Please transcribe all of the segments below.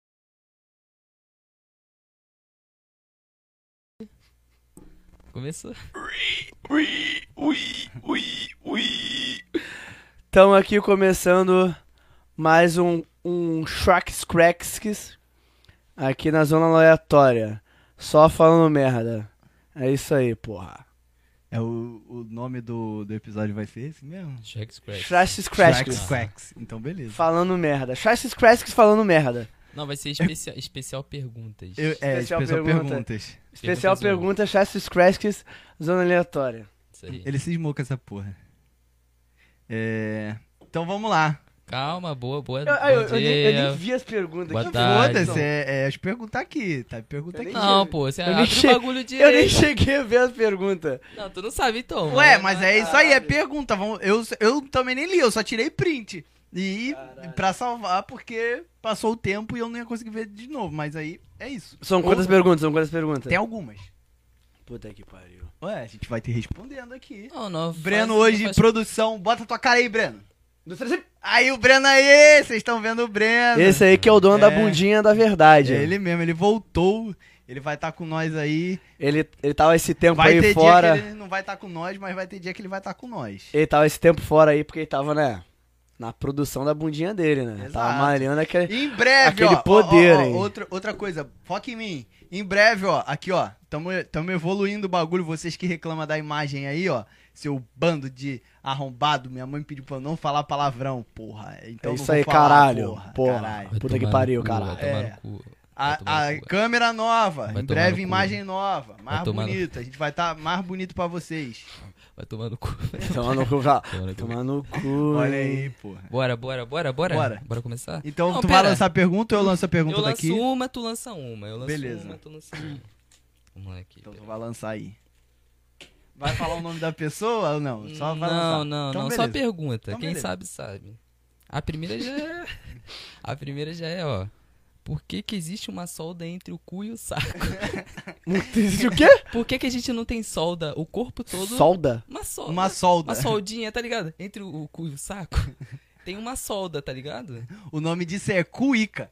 Começou. Ui, ui, ui, ui. Estamos aqui começando mais um, um Shracks Cracks aqui na Zona Aleatória. Só falando merda. É isso aí, porra. É o, o nome do, do episódio vai ser esse mesmo? Check É Scratch. Shracks Cracks, Cracks Cracks. Então beleza. falando merda. Shracks Cracks falando merda. Não, vai ser especia- especial perguntas. Eu, é, Especial especial pergunta. perguntas. Especial Perguntas ou- um- pergunta, Shracks Cracks, Zona Aleatória. Isso aí. Ele cismou com essa porra. É, Então vamos lá. Calma, boa, boa. Eu, eu- bom eu nem, eu dia. nem vi as perguntas. Boa que tarde. foda-se. Foda-se, é, é as perguntas aqui, tá? Pergunta Eu nem- aqui. Não, pô, você nem abre che- o bagulho Eu nem direito. cheguei a ver as perguntas. Não, tu não sabe então. Ué, mano. mas é isso aí, é caralho. pergunta. Vamos- Eu, eu também nem li, eu só tirei print. E pra salvar, porque passou o tempo e eu não ia conseguir ver de novo. Mas aí é isso. São quantas perguntas? São quantas perguntas? Tem um- algumas. Puta que pariu. Ué, a gente vai te respondendo aqui. Não, não, faz- Breno não hoje, faz- produção, bota tua cara aí, Breno. Do 300. Aí o Breno aí, vocês estão vendo o Breno. Esse aí que é o dono da É. bundinha da verdade. É ele mesmo, ele voltou. Ele vai estar com nós aí. Ele, ele tava esse tempo Vai aí ter fora. dia que ele não vai estar com nós, mas vai ter dia que ele vai estar com nós. Ele tava esse tempo fora aí porque ele tava, né? Na produção da bundinha dele, né? Exato. Tava malhando aquele. Em breve, Aquele ó, poder, ó, ó, hein? outra, outra coisa, foca em mim. Em breve, ó, aqui, ó, tamo, tamo evoluindo o bagulho. Vocês que reclamam da imagem aí, ó, seu bando de arrombado. Minha mãe pediu pra eu não falar palavrão, porra. Então é eu isso não vou aí, falar, caralho. Porra. caralho. Vai Puta que tomar no pariu, cu, caralho. Vai tomar É. no cu. Vai tomar A, no a cu. câmera nova, Vai em tomar no breve cu. né? imagem nova, mais tomar no- bonita. A gente vai estar mais bonito pra vocês. Vai tomar no cu. Tomar no cu, já. Tomar no cu. Tomar no cu. Olha hein? aí, porra. Bora, bora, bora, bora. Bora. começar? Então, Não, tu pera. vai lançar a pergunta ou eu lanço a pergunta Eu lanço daqui? uma, tu lança uma. Eu lanço Beleza. uma, tu lança uma. Vamos lá aqui. Então tu vai lançar aí. Vai falar o nome da pessoa ou não? Só vai não, lançar. não, Então, não. beleza. Só pergunta. Então, Quem beleza. sabe, sabe. A primeira já é... A primeira já é, ó. Por que que existe uma solda entre o cu e o saco? Existe o quê? Por que que a gente não tem solda o corpo todo? Solda? Uma solda. Uma solda. Uma soldinha, tá ligado? Entre o, o cu e o saco. Tem uma solda, tá ligado? O nome disso é cuíca.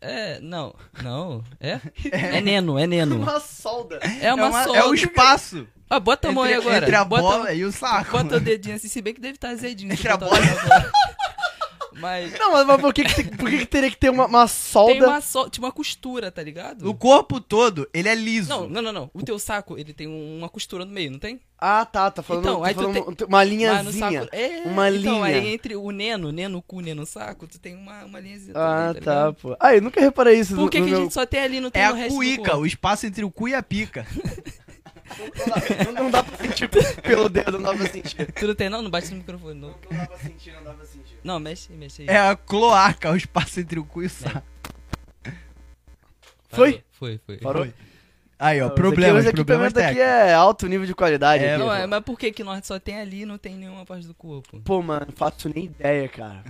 É, não. Não. É? É neno, é neno. solda. É uma, uma- solda. é o espaço Ah, bota a mão aí entre, agora. entre a bota, bola e o saco. Bota o dedinho assim, se bem que deve estar azedinho. se Entre a botar o dedo agora. Mas Não, mas, mas por, que, que tem- por que, que teria que ter uma, uma tem solda? uma, sol- tipo uma costura, tá ligado? O corpo todo, ele é liso. Não, não, não, não. O teu saco, ele tem um- uma costura no meio, não tem? Ah, tá, tá falando, Então, tá aí tu falando tem- uma Lá no linhazinha. saco. É, então, Uma linha. aí entre o neno, neno cu, neno saco, tu tem uma, uma linhazinha. Ah, também, tá, ligado? pô. Ah, eu nunca reparei isso Por que, no, que no a gente só tem ali no tem É no a resto do cuíca, corpo? o espaço entre o cu e a pica. meu... Não dá pra sentir pelo dedo, não dá pra sentir. Tu não tem não? Não bate no microfone, não. Não dá pra sentir, não dá pra sentir. Não, mexe aí, mexe aí. É a cloaca, o espaço entre o cu e o saco. Parou. Foi? Foi, foi. Parou? Aí, ó, Não, problemas, esse aqui, problemas Esse aqui técnicos. é alto nível de qualidade. É, aqui. Não, é, mas por que que nós só tem ali e não tem nenhuma parte do corpo? Pô, mano, não faço nem ideia, cara.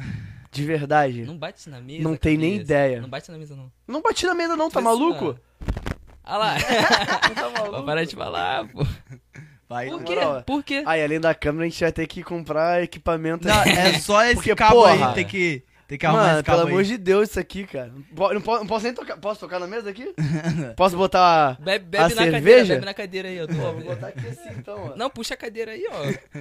De verdade. Não, Não bate na mesa. Não tem nem cabeça. ideia. Não bate na mesa, não. bati na mesa não, tá Isso, maluco? Ah lá. Não tá Vai maluco? parar de falar, pô. Vai, Por na quê? moral. moral, é. Por quê? Aí, além da câmera, a gente vai ter que comprar equipamento. Não, é só esse Porque, cabo porra. aí, tem que, tem que arrumar Mano, esse cabo pelo aí. amor de Deus, isso aqui, cara. Não po- Não posso, não posso nem tocar. Posso tocar na mesa aqui? Posso botar. Bebe, A bebe na cadeira, cerveja? bebe na cadeira aí, eu Pô, vou tô. botar aqui assim então, ó. Não, puxa a cadeira aí, ó.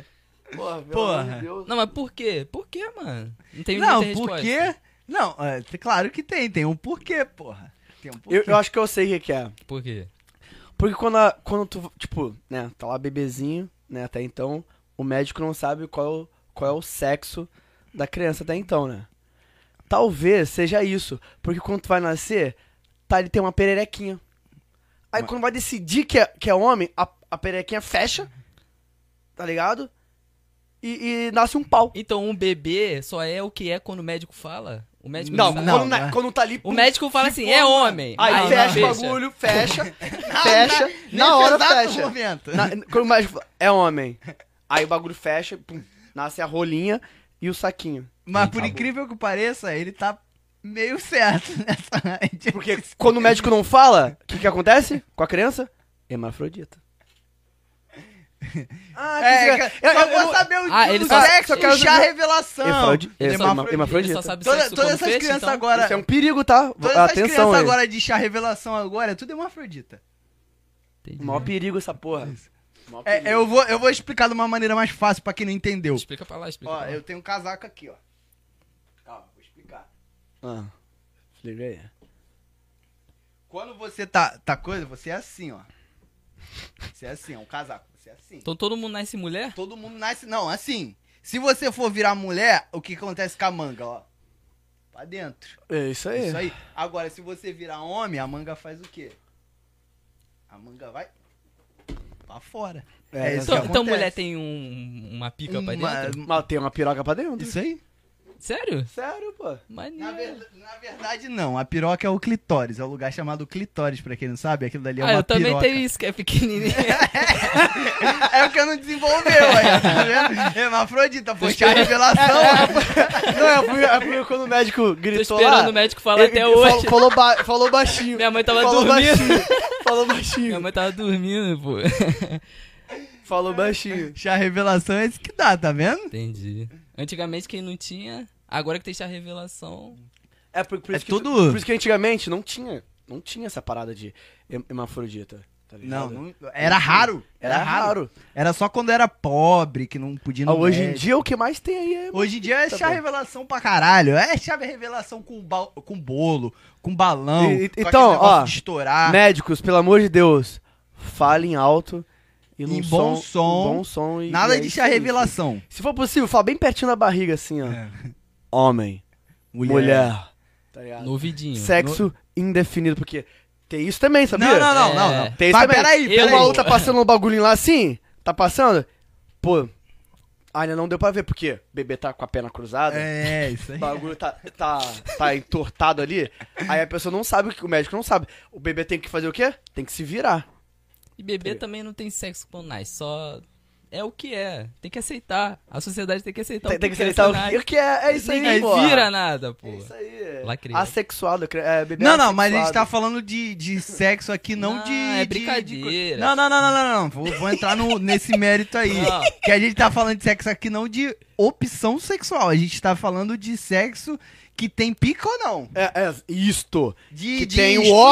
Porra, pelo Porra. amor de Deus. Não, mas por quê? Por quê, mano? Não tem Não, muita por resposta. quê? Não, é, t- claro que tem, tem um porquê, porra. Tem um porquê. Eu, eu acho que eu sei o que, que é. Por quê? Porque quando, a- quando tu, tipo, né, tá lá bebezinho, né, até então, o médico não sabe qual, qual é o sexo da criança até então, né? Talvez seja isso, porque quando tu vai nascer, tá, ele tem uma pererequinha. Aí Mas- quando vai decidir que é, que é homem, a, a pererequinha fecha, tá ligado? E, e nasce um pau. Então, um bebê só é o que é quando o médico fala? O médico Não, sabe. não, quando, na- não é. quando tá ali... O médico fala assim, é homem. Aí Não, fecha não, o bagulho, fecha, fecha, Nesse na hora exato fecha. momento. Na- quando o médico fala, é homem. Aí o bagulho fecha, pum, nasce a rolinha e o saquinho. Mas Sim, tá por bom. incrível que pareça, ele tá meio certo nessa Porque quando o médico não fala, o que, que acontece com a criança? Hermafrodita. Ah, É, cara, eu, eu, só eu, pra saber o, Ah, o ele só- sexo, só quero já a saber- revelação. Hermafrodi- é, só Hermafrodita. Ele hermafrodita. só sabe Toda- sexo todas como essas peixe, crianças então? agora. Isso é um perigo, tá? Todas essas Atenção crianças aí. agora de chá revelação agora, é tudo hermafrodita. Entendi. Maior perigo essa porra. Maior perigo. É, eu, vou, eu vou explicar de uma maneira mais fácil pra quem não entendeu. Explica pra lá, explica Ó, pra lá. eu tenho um casaco aqui, ó. Calma, vou explicar. Ah, se liga aí. Quando você tá, tá coisa, você é assim, ó. Você é assim, ó, um casaco, você é assim. Então todo mundo nasce mulher? Todo mundo nasce, não, assim. Se você for virar mulher, o que acontece com a manga, ó? Pra dentro. É isso aí. Isso aí. Agora, se você virar homem, a manga faz o quê? A manga vai pra fora. É, isso que Então, então acontece. mulher tem um- uma pica pra Uma- dentro? Mas tem uma piroca pra dentro. Isso aí? Sério? é. Sério, pô. Na, Maneiro. verda- na verdade, não. A piroca é o clitóris. É o lugar chamado clitóris, pra quem não sabe. Aquilo dali é ah, uma eu também piroca. tenho isso, que é pequenininho. É porque não desenvolveu, aí, tá vendo? Hermafrodita, poxa, a revelação. Não, eu fui, eu fui quando o médico Tô gritou esperando lá. o médico falar ele- até ele hoje. Falou, falou, ba- falou baixinho. Minha mãe tava falou dormindo. Baixinho, falou Minha baixinho. mãe tava dormindo, pô. Falou baixinho. Chá revelação é esse que dá, tá vendo? Entendi. Antigamente quem não tinha, agora que tem essa revelação. É, por, por É isso que, tudo- por isso que antigamente não tinha, não tinha essa parada de hem- hemafrodita. tá Não, ligado? não- era raro. Era raro. Era só quando era pobre, que não podia. ir no Ah, hoje em médico. dia o que mais tem aí é. Hoje em dia é Tá chá bom. revelação pra caralho. É chá revelação com, ba- com bolo, com balão. E- e- com aquele então, negócio ó, né? De estourar. Médicos, pelo amor de Deus, falem alto e num Em bom som. em bom som e- e Nada é de isso chá aí. revelação. Se for possível, fala bem pertinho da barriga assim, ó. É. Homem, mulher. Tá ligado? No ouvidinho. Sexo indefinido, porque tem isso também, sabia? Não, não, não, não. É. não. Tem isso Mas também. peraí, Eu- Tem peraí. uma outra passando um bagulhinho lá assim, tá passando? Pô, ainda não deu pra ver, porque o bebê tá com a perna cruzada, É, isso aí. o bagulho tá, tá, tá entortado ali, aí a pessoa não sabe, o que o médico não sabe. O bebê tem que fazer o quê? Tem que se virar. E bebê também não tem sexo quando nasce, só é o que é. Tem que aceitar. A sociedade tem que aceitar tem, o que tem que é, aceitar o sacanagem. que- o que é, é isso aí, Ninguém porra. vira né? nada, pô. É isso aí. Lacria. Assexuado, cre- é, bebê Não, não, mas a gente tá assexuado. falando de, de sexo aqui, não, Não, de. é de- de brincadeira. coisa. Não, não, não, não, não, não. Vou, vou entrar no- nesse mérito aí. Não. Que a gente tá falando de sexo aqui, não de opção sexual. A gente tá falando de sexo que tem pica ou não. É, é, isto. De, que de tem o estrutura,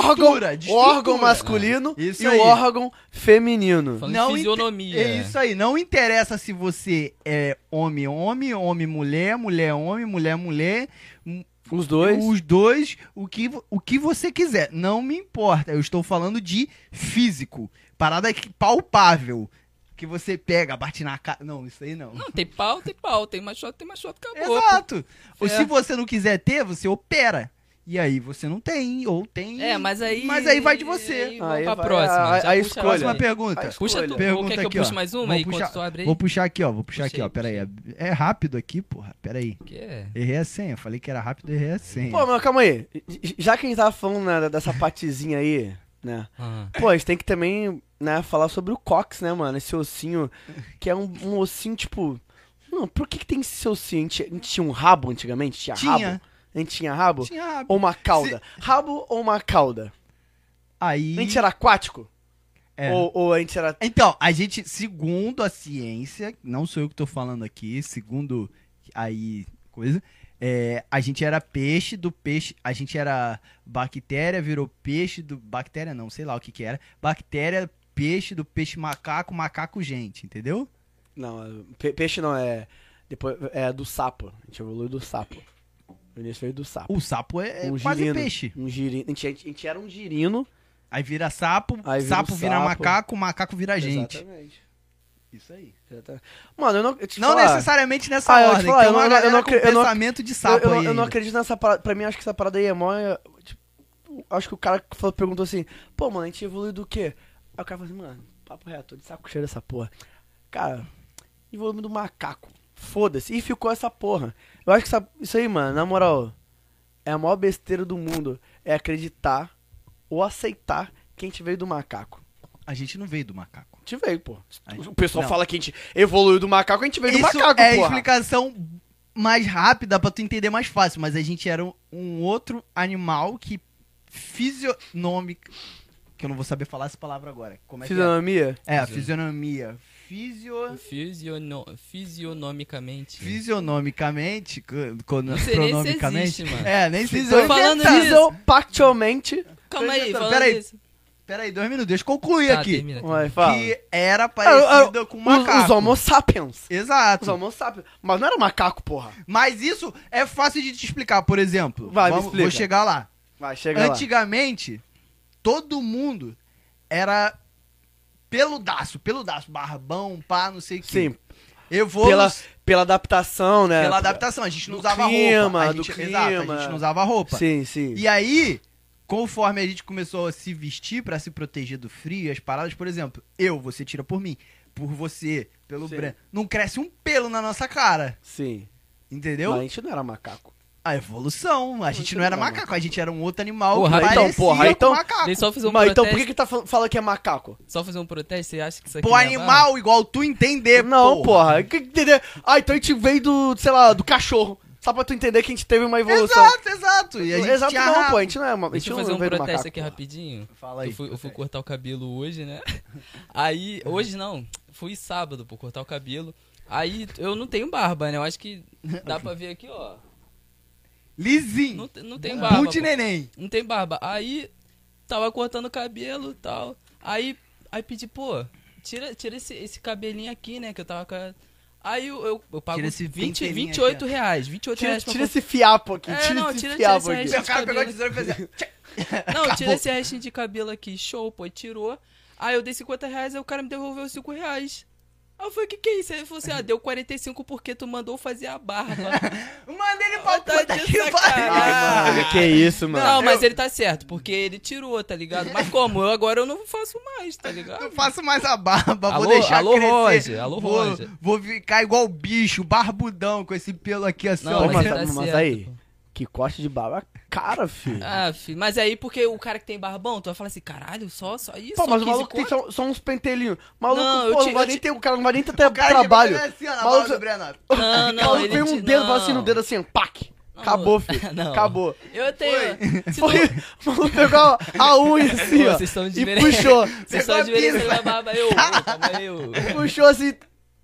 órgão, de o órgão estrutura. masculino Ah, isso e aí. o órgão feminino. Falando Não de inte- fisionomia. É isso aí, não interessa se você é homem, homem, homem, mulher, mulher, homem, mulher, mulher, m- Os dois. os dois, o que, vo- o que você quiser, não me importa, eu estou falando de físico, parada que- palpável, que você pega, bate na cara, não, isso aí não. Não, tem pau, tem pau, tem machado, tem machado, acabou. Exato, ou É. se você não quiser ter, você opera, e aí você não tem, ou tem, É, mas aí. mas aí vai de você. Aí, vamos Aí pra vai- próxima. aí- já aí puxa escolha. Próxima aí. pergunta. Aí Puxa tu, Pergunta quer que eu aqui, puxe ó. mais uma Vou aí puxar- enquanto tu abre aí? Vou puxar aqui, ó. Vou puxar Puxa aqui, ó. aí, Pera aí. É rápido aqui, porra. Pera aí. Que é? Errei a senha. Falei que era rápido, errei a senha. Pô, mas calma aí. Já que a gente tava falando né, dessa partezinha aí, né? Ah, Pô, a gente tem que também, né, falar sobre o Cox, né, mano? Esse ossinho, que é um, um ossinho, tipo. Não, por que, que tem esse ossinho? A gente, a gente tinha um rabo antigamente? é Tinha, Tinha. rabo? A gente tinha rabo? Tinha rápido. Ou uma cauda? Rabo ou uma cauda? Aí. A gente era aquático? é. Ou, ou a gente era. Então, a gente, segundo a ciência, não sou eu que tô falando aqui, segundo aí coisa, é, a gente era peixe do peixe, a gente era bactéria, virou peixe do. Bactéria não, sei lá o que que era. Bactéria, peixe do peixe macaco, macaco gente, entendeu? Não, pe- peixe não, é. Depois, é do sapo. A gente evoluiu do sapo. O início veio do sapo. O sapo é, é um quase girino. peixe. Um girino. A gente, a gente era um girino. Aí vira sapo, Aí vira sapo um vira sapo. macaco, macaco vira gente. Exatamente. Isso aí. Exatamente. Mano, eu não. Eu te Não falar, necessariamente nessa Ah, eu te ordem. falar, tem eu uma não- eu galera não com acre- eu não- pensamento de eu, sapo eu, aí. eu não ainda. acredito nessa parada. Pra mim, acho que essa parada aí é mó. tipo, acho que o cara que falou- perguntou assim: pô, mano, a gente evoluiu do quê? Aí o cara falou assim: mano, papo reto, tô de saco cheio dessa porra. Cara, evoluiu do macaco. Foda-se. E ficou essa porra. Eu acho que essa- isso aí, mano, na moral, é a maior besteira do mundo. É acreditar ou aceitar que a gente veio do macaco. A gente não veio do macaco. A gente veio, pô. Aí- O pessoal não. fala que a gente evoluiu do macaco, a gente veio Isso do macaco, é a porra. explicação mais rápida pra tu entender mais fácil, mas a gente era um, um outro animal que fisionômica que eu não vou saber falar essa palavra agora. Como é que é? Fisionomia? É, a fisionomia. Fisio... Fisiono... Fisionomicamente. Fisionomicamente, co- co- Não sei nem se cronomicamente. existe, mano. É, nem sei. Fisio- tô Falando inventando. nisso, Fisopactualmente. Calma aí, Peraí. falando disso. Pera aí, dois minutos, deixa eu concluir Tá, aqui. termina, Ah, termina. Vai, fala. Que era parecida com Os- macaco. Os homo sapiens. Exato. Os homo sapiens. Mas não era macaco, porra. Mas isso é fácil de te explicar, por exemplo. Vai, me Vamos- explica. Vou chegar lá. Vai, chega lá. Antigamente, todo mundo era peludaço, peludaço, barbão, pá, não sei o que. Sim, Evolu pela, pela adaptação, né? pela adaptação. A gente não do usava roupa. clima, A do gente, exato, a clima. gente não usava roupa. Sim, sim. E aí, conforme a gente começou a se vestir pra se proteger do frio, as paradas, por exemplo, eu, você tira por mim, por você, pelo Sim. branco. Não cresce um pelo na nossa cara, Sim. entendeu? Mas é a gente não era macaco. A evolução. A gente não era macaco, a gente era um outro animal Porra, que então, parecia porra, com então- macaco. Deixa eu só fazer um Mas então por protesto. que que tá fal- fala que é macaco? Só fazer um protesto, você acha que isso aqui Pô, é barro? animal, igual tu entender, não, porra. Que- entendeu? Ah, então a gente veio do, sei lá, do cachorro. Só pra tu entender que a gente teve uma evolução. Exato, exato. E a gente Exato tinha não, ra- pô. A gente não é ma- a gente Deixa eu não fazer um veio do protesto macaco. aqui rapidinho. Fala aí. eu fui, eu fui protesto. cortar o cabelo hoje, né? Aí, hoje não, fui sábado por cortar o cabelo. Aí, eu não tenho barba, né? Eu acho que dá pra ver aqui, ó. Não, Lisinho. te- não tem barba. Bumbum de pô. neném. Não tem barba. Aí, tava cortando o cabelo e tal. Aí, aí pedi, pô, tira, tira esse, esse cabelinho aqui, né? Que eu tava com a... Aí eu, eu, eu pago Tira esse 20, penteirinho 28 aqui, reais. 28 Tira, reais pra tira cortar. esse fiapo aqui. É, tira não, esse tira- tira fiapo esse aqui. resto. Meu cara pegou a cabelo. tesoura e fez assim. tchac. Não, tira Acabou. esse restinho de cabelo aqui. Show, pô, tirou. Aí eu dei 50 reais, aí o cara me devolveu os 5 reais. Aí eu falei, que que é isso? Aí ele falou assim, ah, deu 45 porque tu mandou fazer a barba. Manda ele pra Tá de puta que sacanagem. pariu. Ah, mano, que isso, mano. Não, mas ele tá certo, porque ele tirou, tá ligado? Mas como? Eu agora eu não faço mais, tá ligado? Não faço mais a barba, Alô- vou deixar alô, crescer. Roger, alô, vou, Roger. vou ficar igual bicho, barbudão, com esse pelo aqui assim, Não, ó. Pô, mas, tá mas certo, aí, pô. que corte de barba é cara, filho. Ah, fi, mas aí porque o cara que tem barbão, tu vai falar assim, caralho, só, só isso? Pô, mas Só 15 o maluco tem conto?" só, só uns pentelinhos. Maluco, Não, eu pô, te- não vai eu nem te- ter, o cara não vai nem ter até O cara chegou trabalho. fazendo assim, ó, na Maluco- bola do Breno. é- Não, o não, maluco ele tem não um te- dedo não. assim no dedo assim, pac. Não. Acabou, filho. Não. Acabou. Eu tenho. Se tu- Foi, o maluco pegou a- a unha assim, Pô, ó. vocês estão E diferentes. puxou. Vocês só Pegou a desmerecendo minha pizza. barba, eu, eu, calma aí, É eu. Puxou assim,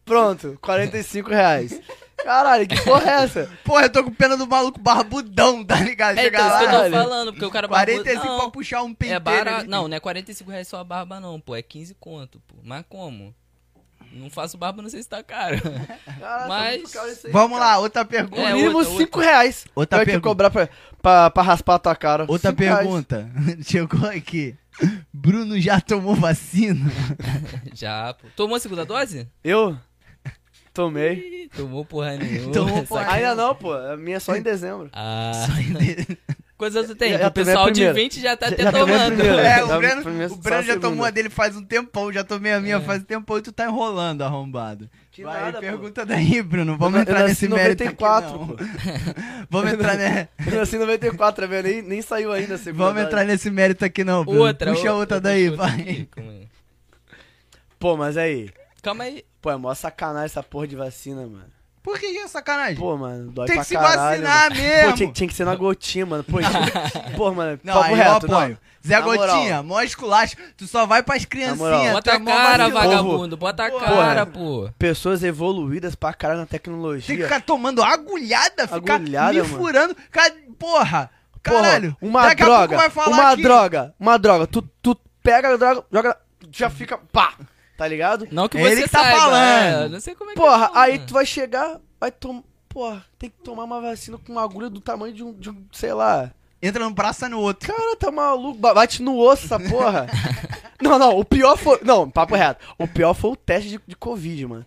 pronto, 45 reais. Caralho, que porra é essa? Porra, eu tô com pena do maluco barbudão, tá ligado? É então, Chegar isso que eu lá, né? tô caralho. falando, porque o cara barbudo- 45 não. pra puxar um penteiro. É barato. ali. Não, não é 45 reais só a barba, não, pô. É 15 conto, pô. Mas como? Não faço barba, não sei se tá caro. Caralho, Mas- tá muito caro isso aí, Vamos cara. lá, outra pergunta. No É, mínimo outra, 5 reais. Outra Vai te pergunta. cobrar pra, pra, pra raspar a tua cara. Outra Cinco reais. pergunta. Chegou aqui. Bruno já tomou vacina? Já, pô. Tomou a segunda dose? Eu? Tomei. Ih, Tomou porra nenhuma. Tomou porra sacanagem. Ainda não, pô. A minha é só em dezembro. Ah. Quantos anos tu tem? Já- já o tomei a pessoal de primeira. 20 já tá Já- até já tomei a tomando. primeira. É, Dá o pra Breno, mim o só Breno a já tomou segunda. a dele faz um tempão, já tomei a minha faz um tempão e tu tá enrolando, arrombado. Que Vai, nada, pô. pergunta daí, Bruno. Vamos Eu entrar nasci nesse em mérito aqui, 94, não. pô. Vamos entrar, né? Eu nasci em 94, né, velho? Nem, nem saiu ainda a segunda. Vamos dose. entrar nesse mérito aqui não, Bruno. Outra, Puxa outra, daí, puxa outra aqui, vai. calma aí. Pô, mas aí. Calma aí. Pô, é mó sacanagem essa porra de vacina, mano. Por que que é sacanagem? Pô, mano, dói Tem pra que se caralho, vacinar mano. mesmo. Pô, tinha, tinha que ser na gotinha, mano. Pô, tinha... Pô mano, Não, papo aí reto, eu apoio. não. Zé Na moral. Gotinha, mó esculacho. Tu só vai pras moral. criancinhas. tu Bota é a mó cara, vacilão. vagabundo. Bota a Porra. cara, pô. Pessoas evoluídas pra caralho na Tem que tecnologia. ficar tomando agulhada, ficar Agulhada, me mano. furando. Ca- Porra, Porra, caralho. uma Daqui droga, a pouco vai falar uma que- droga, uma droga. Tu, tu pega a droga, joga, já fica pá, tá ligado? Não que Ele você que tá saiba, falando. é, não sei como é que Porra, fala. aí tu vai chegar, vai tomar, porra, tem que tomar uma vacina com uma agulha do tamanho de um, de um, sei lá. Entra num braço, sai no outro. Cara, tá maluco, ba- bate no osso essa porra. não, não, o pior foi, não, papo reto. O pior foi o teste de, de covid, mano.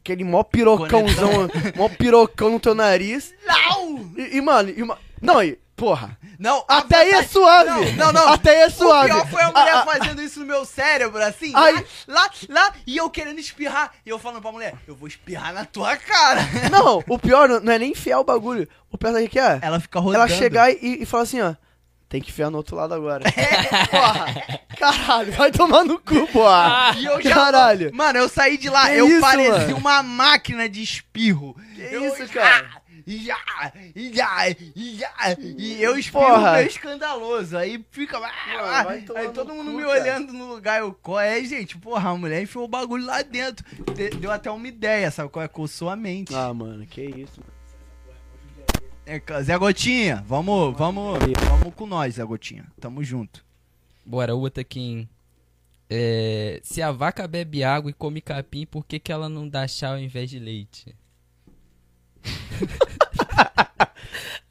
Aquele mó pirocãozão, mó pirocão no teu nariz. Não! E, e, mano, e uma, não, e, porra. Não, a Até aí é vantagem- suave. Não, não, não. Até aí é O suave. pior foi a A- mulher a- fazendo isso no meu cérebro, assim. ah, Ai. Lá, lá, lá, e eu querendo espirrar. E eu falando pra mulher, eu vou espirrar na tua cara. Não, o pior não, não é nem enfiar o bagulho. O pior sabe o que que é? Ela fica Ela, rodando. chegar e, e falar assim, ó. Tem que enfiar no outro lado agora. É, porra! Caralho, vai tomar no cu, porra! E eu já. Caralho! Mano, eu saí de lá, Que eu isso, parecia mano? uma máquina de espirro. Que isso, cara? Já, já, já, e eu espirro Porra. meio escandaloso. Aí fica. ah, vai ah, tomar aí no todo mundo cu, me cara. olhando no lugar. Eu, qual é, gente? Porra, a mulher enfiou o bagulho lá dentro. De- deu até uma ideia, sabe? Qual é? Coçou a mente. Ah, mano, que isso. É, Zé Gotinha, vamos, vamos, vamos com nós, Zé Gotinha. Tamo junto. Bora, outra aqui. Em... É, se a vaca bebe água e come capim, por que, que ela não dá chá ao invés de leite?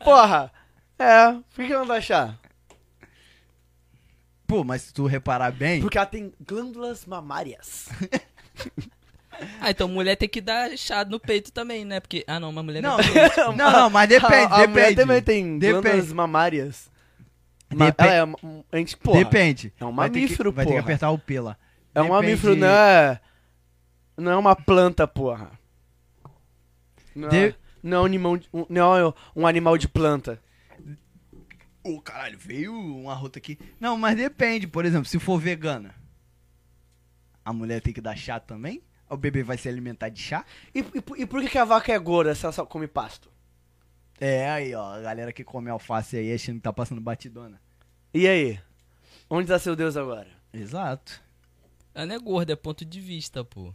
Porra! É, por que que ela não dá chá? Pô, mas se tu reparar bem, Porque ela tem glândulas mamárias. Ah, então mulher tem que dar chá no peito também, né? Porque. Ah, não, mas mulher Não, não. não, não, mas depende, a, a mulher depende. também tem Depende. glândulas mamárias. Ma- Depen- ela é, um- a gente, porra, Depende. é um Vai ter mamífero, que, Vai ter que porra. apertar o pela. é um mamífero, não né? é... Não é uma planta, porra. Não, é- De- não é um animal, de- um, não é um animal de planta. Ô, caralho, veio uma rota aqui. Não, mas depende, por exemplo, se for vegana. A mulher tem que dar chá também? O bebê vai se alimentar de chá? E, e por- e por que, que a vaca é gorda se ela só come pasto? É, aí, ó, a galera que come alface aí achando que tá passando batidona. E aí? Onde está seu Deus agora? Exato. Ela não é gorda, é ponto de vista, pô.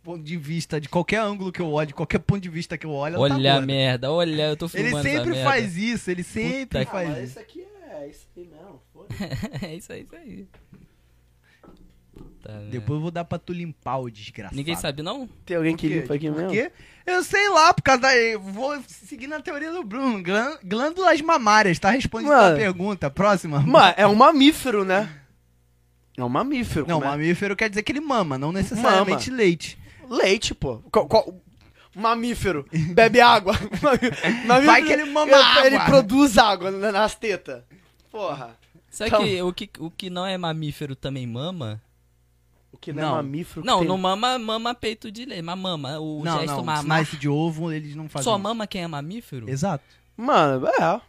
Ponto de vista, de qualquer ângulo que eu olhe, de qualquer ponto de vista que eu olhe, ela tá olha a gorda. merda, olha, eu tô Ele filmando essa sempre merda. faz isso, ele sempre Puta que faz Ah, mas isso. isso aqui é... Isso aqui não, foda é isso aí, isso aí. Tá, né? Depois eu vou dar pra tu limpar o desgraçado. Ninguém sabe, não? Tem alguém Por que quê? Tipo, limpa aqui Por mesmo? quê? Eu sei lá, por causa da. eu Vou seguir na teoria do Bruno. glân- Glândulas mamárias, tá respondendo Mano. a pergunta. Próxima. Mas é um mamífero, né? É um mamífero. Não, como é? mamífero quer dizer que ele mama, não necessariamente leite. Leite, pô. Qual- qual- Mamífero. Bebe água. Mamí- Mamífero, Vai que ele mama água. Ele produz água na- nas tetas. Porra. Sabe Tá. Então- que, o que o que não é mamífero também mama? O que não, Não. é mamífero. Não, tem... não mama, mama peito de leite, mas mama, o não, gesto não, mamar. nasce de ovo, eles não fazem. um- Só isso. mama quem é mamífero? Exato. Mano, é.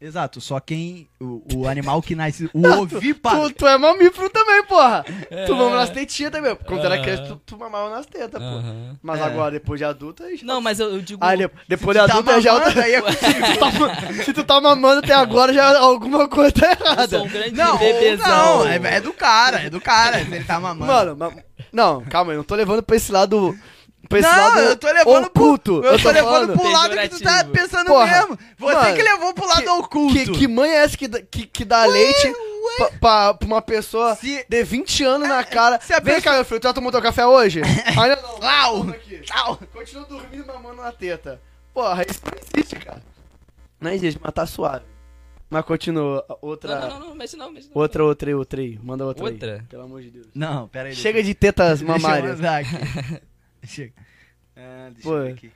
Exato, só quem. O, o animal que nasce. O Não, ovíparo. Tu, tu é mamífero também, porra. É. Tu mama nas tetinhas também. Quando tu era É. criança, tu, tu mamava nas tetas, pô. Aham. Mas É. agora, depois de adulta... aí já- Não, mas eu, eu digo. Ah, de- depois de tá adulta já... mamando, aí é tu tá ma- Se tu tá mamando até agora, já é alguma coisa tá errada. eu sou um grande Não, bebezão. não, é, é do cara, é do cara. se Ele tá mamando. Mano, mas- não, calma aí, eu não tô levando pra esse lado. Pra esse não, lado eu tô levando pro- oculto. Eu, tô, levando falando. pro lado que tu tá Pejorativo. pensando Porra, mesmo. Você mano, que levou pro lado que- oculto. Que, que mãe é essa que, dá- que, que dá leite pra- pra, pra uma pessoa Se- de 20 anos na cara? É, se a Vem cá, meu filho, tu já tomou teu café hoje? Olha, não, Au! toma aqui. Continua dormindo mamando na teta. Porra, isso não existe, cara. Não existe, mas tá suave. Mas continua, Não, outra. não, não, não, mexe não, mexe não. Outra, outra aí, outra aí. Manda outra, aí. Outra? Pelo amor de Deus. Não, pera aí. Chega de tetas deixa eu mamárias. mandar aqui. Chega. Ah, deixa Pô. eu ver aqui.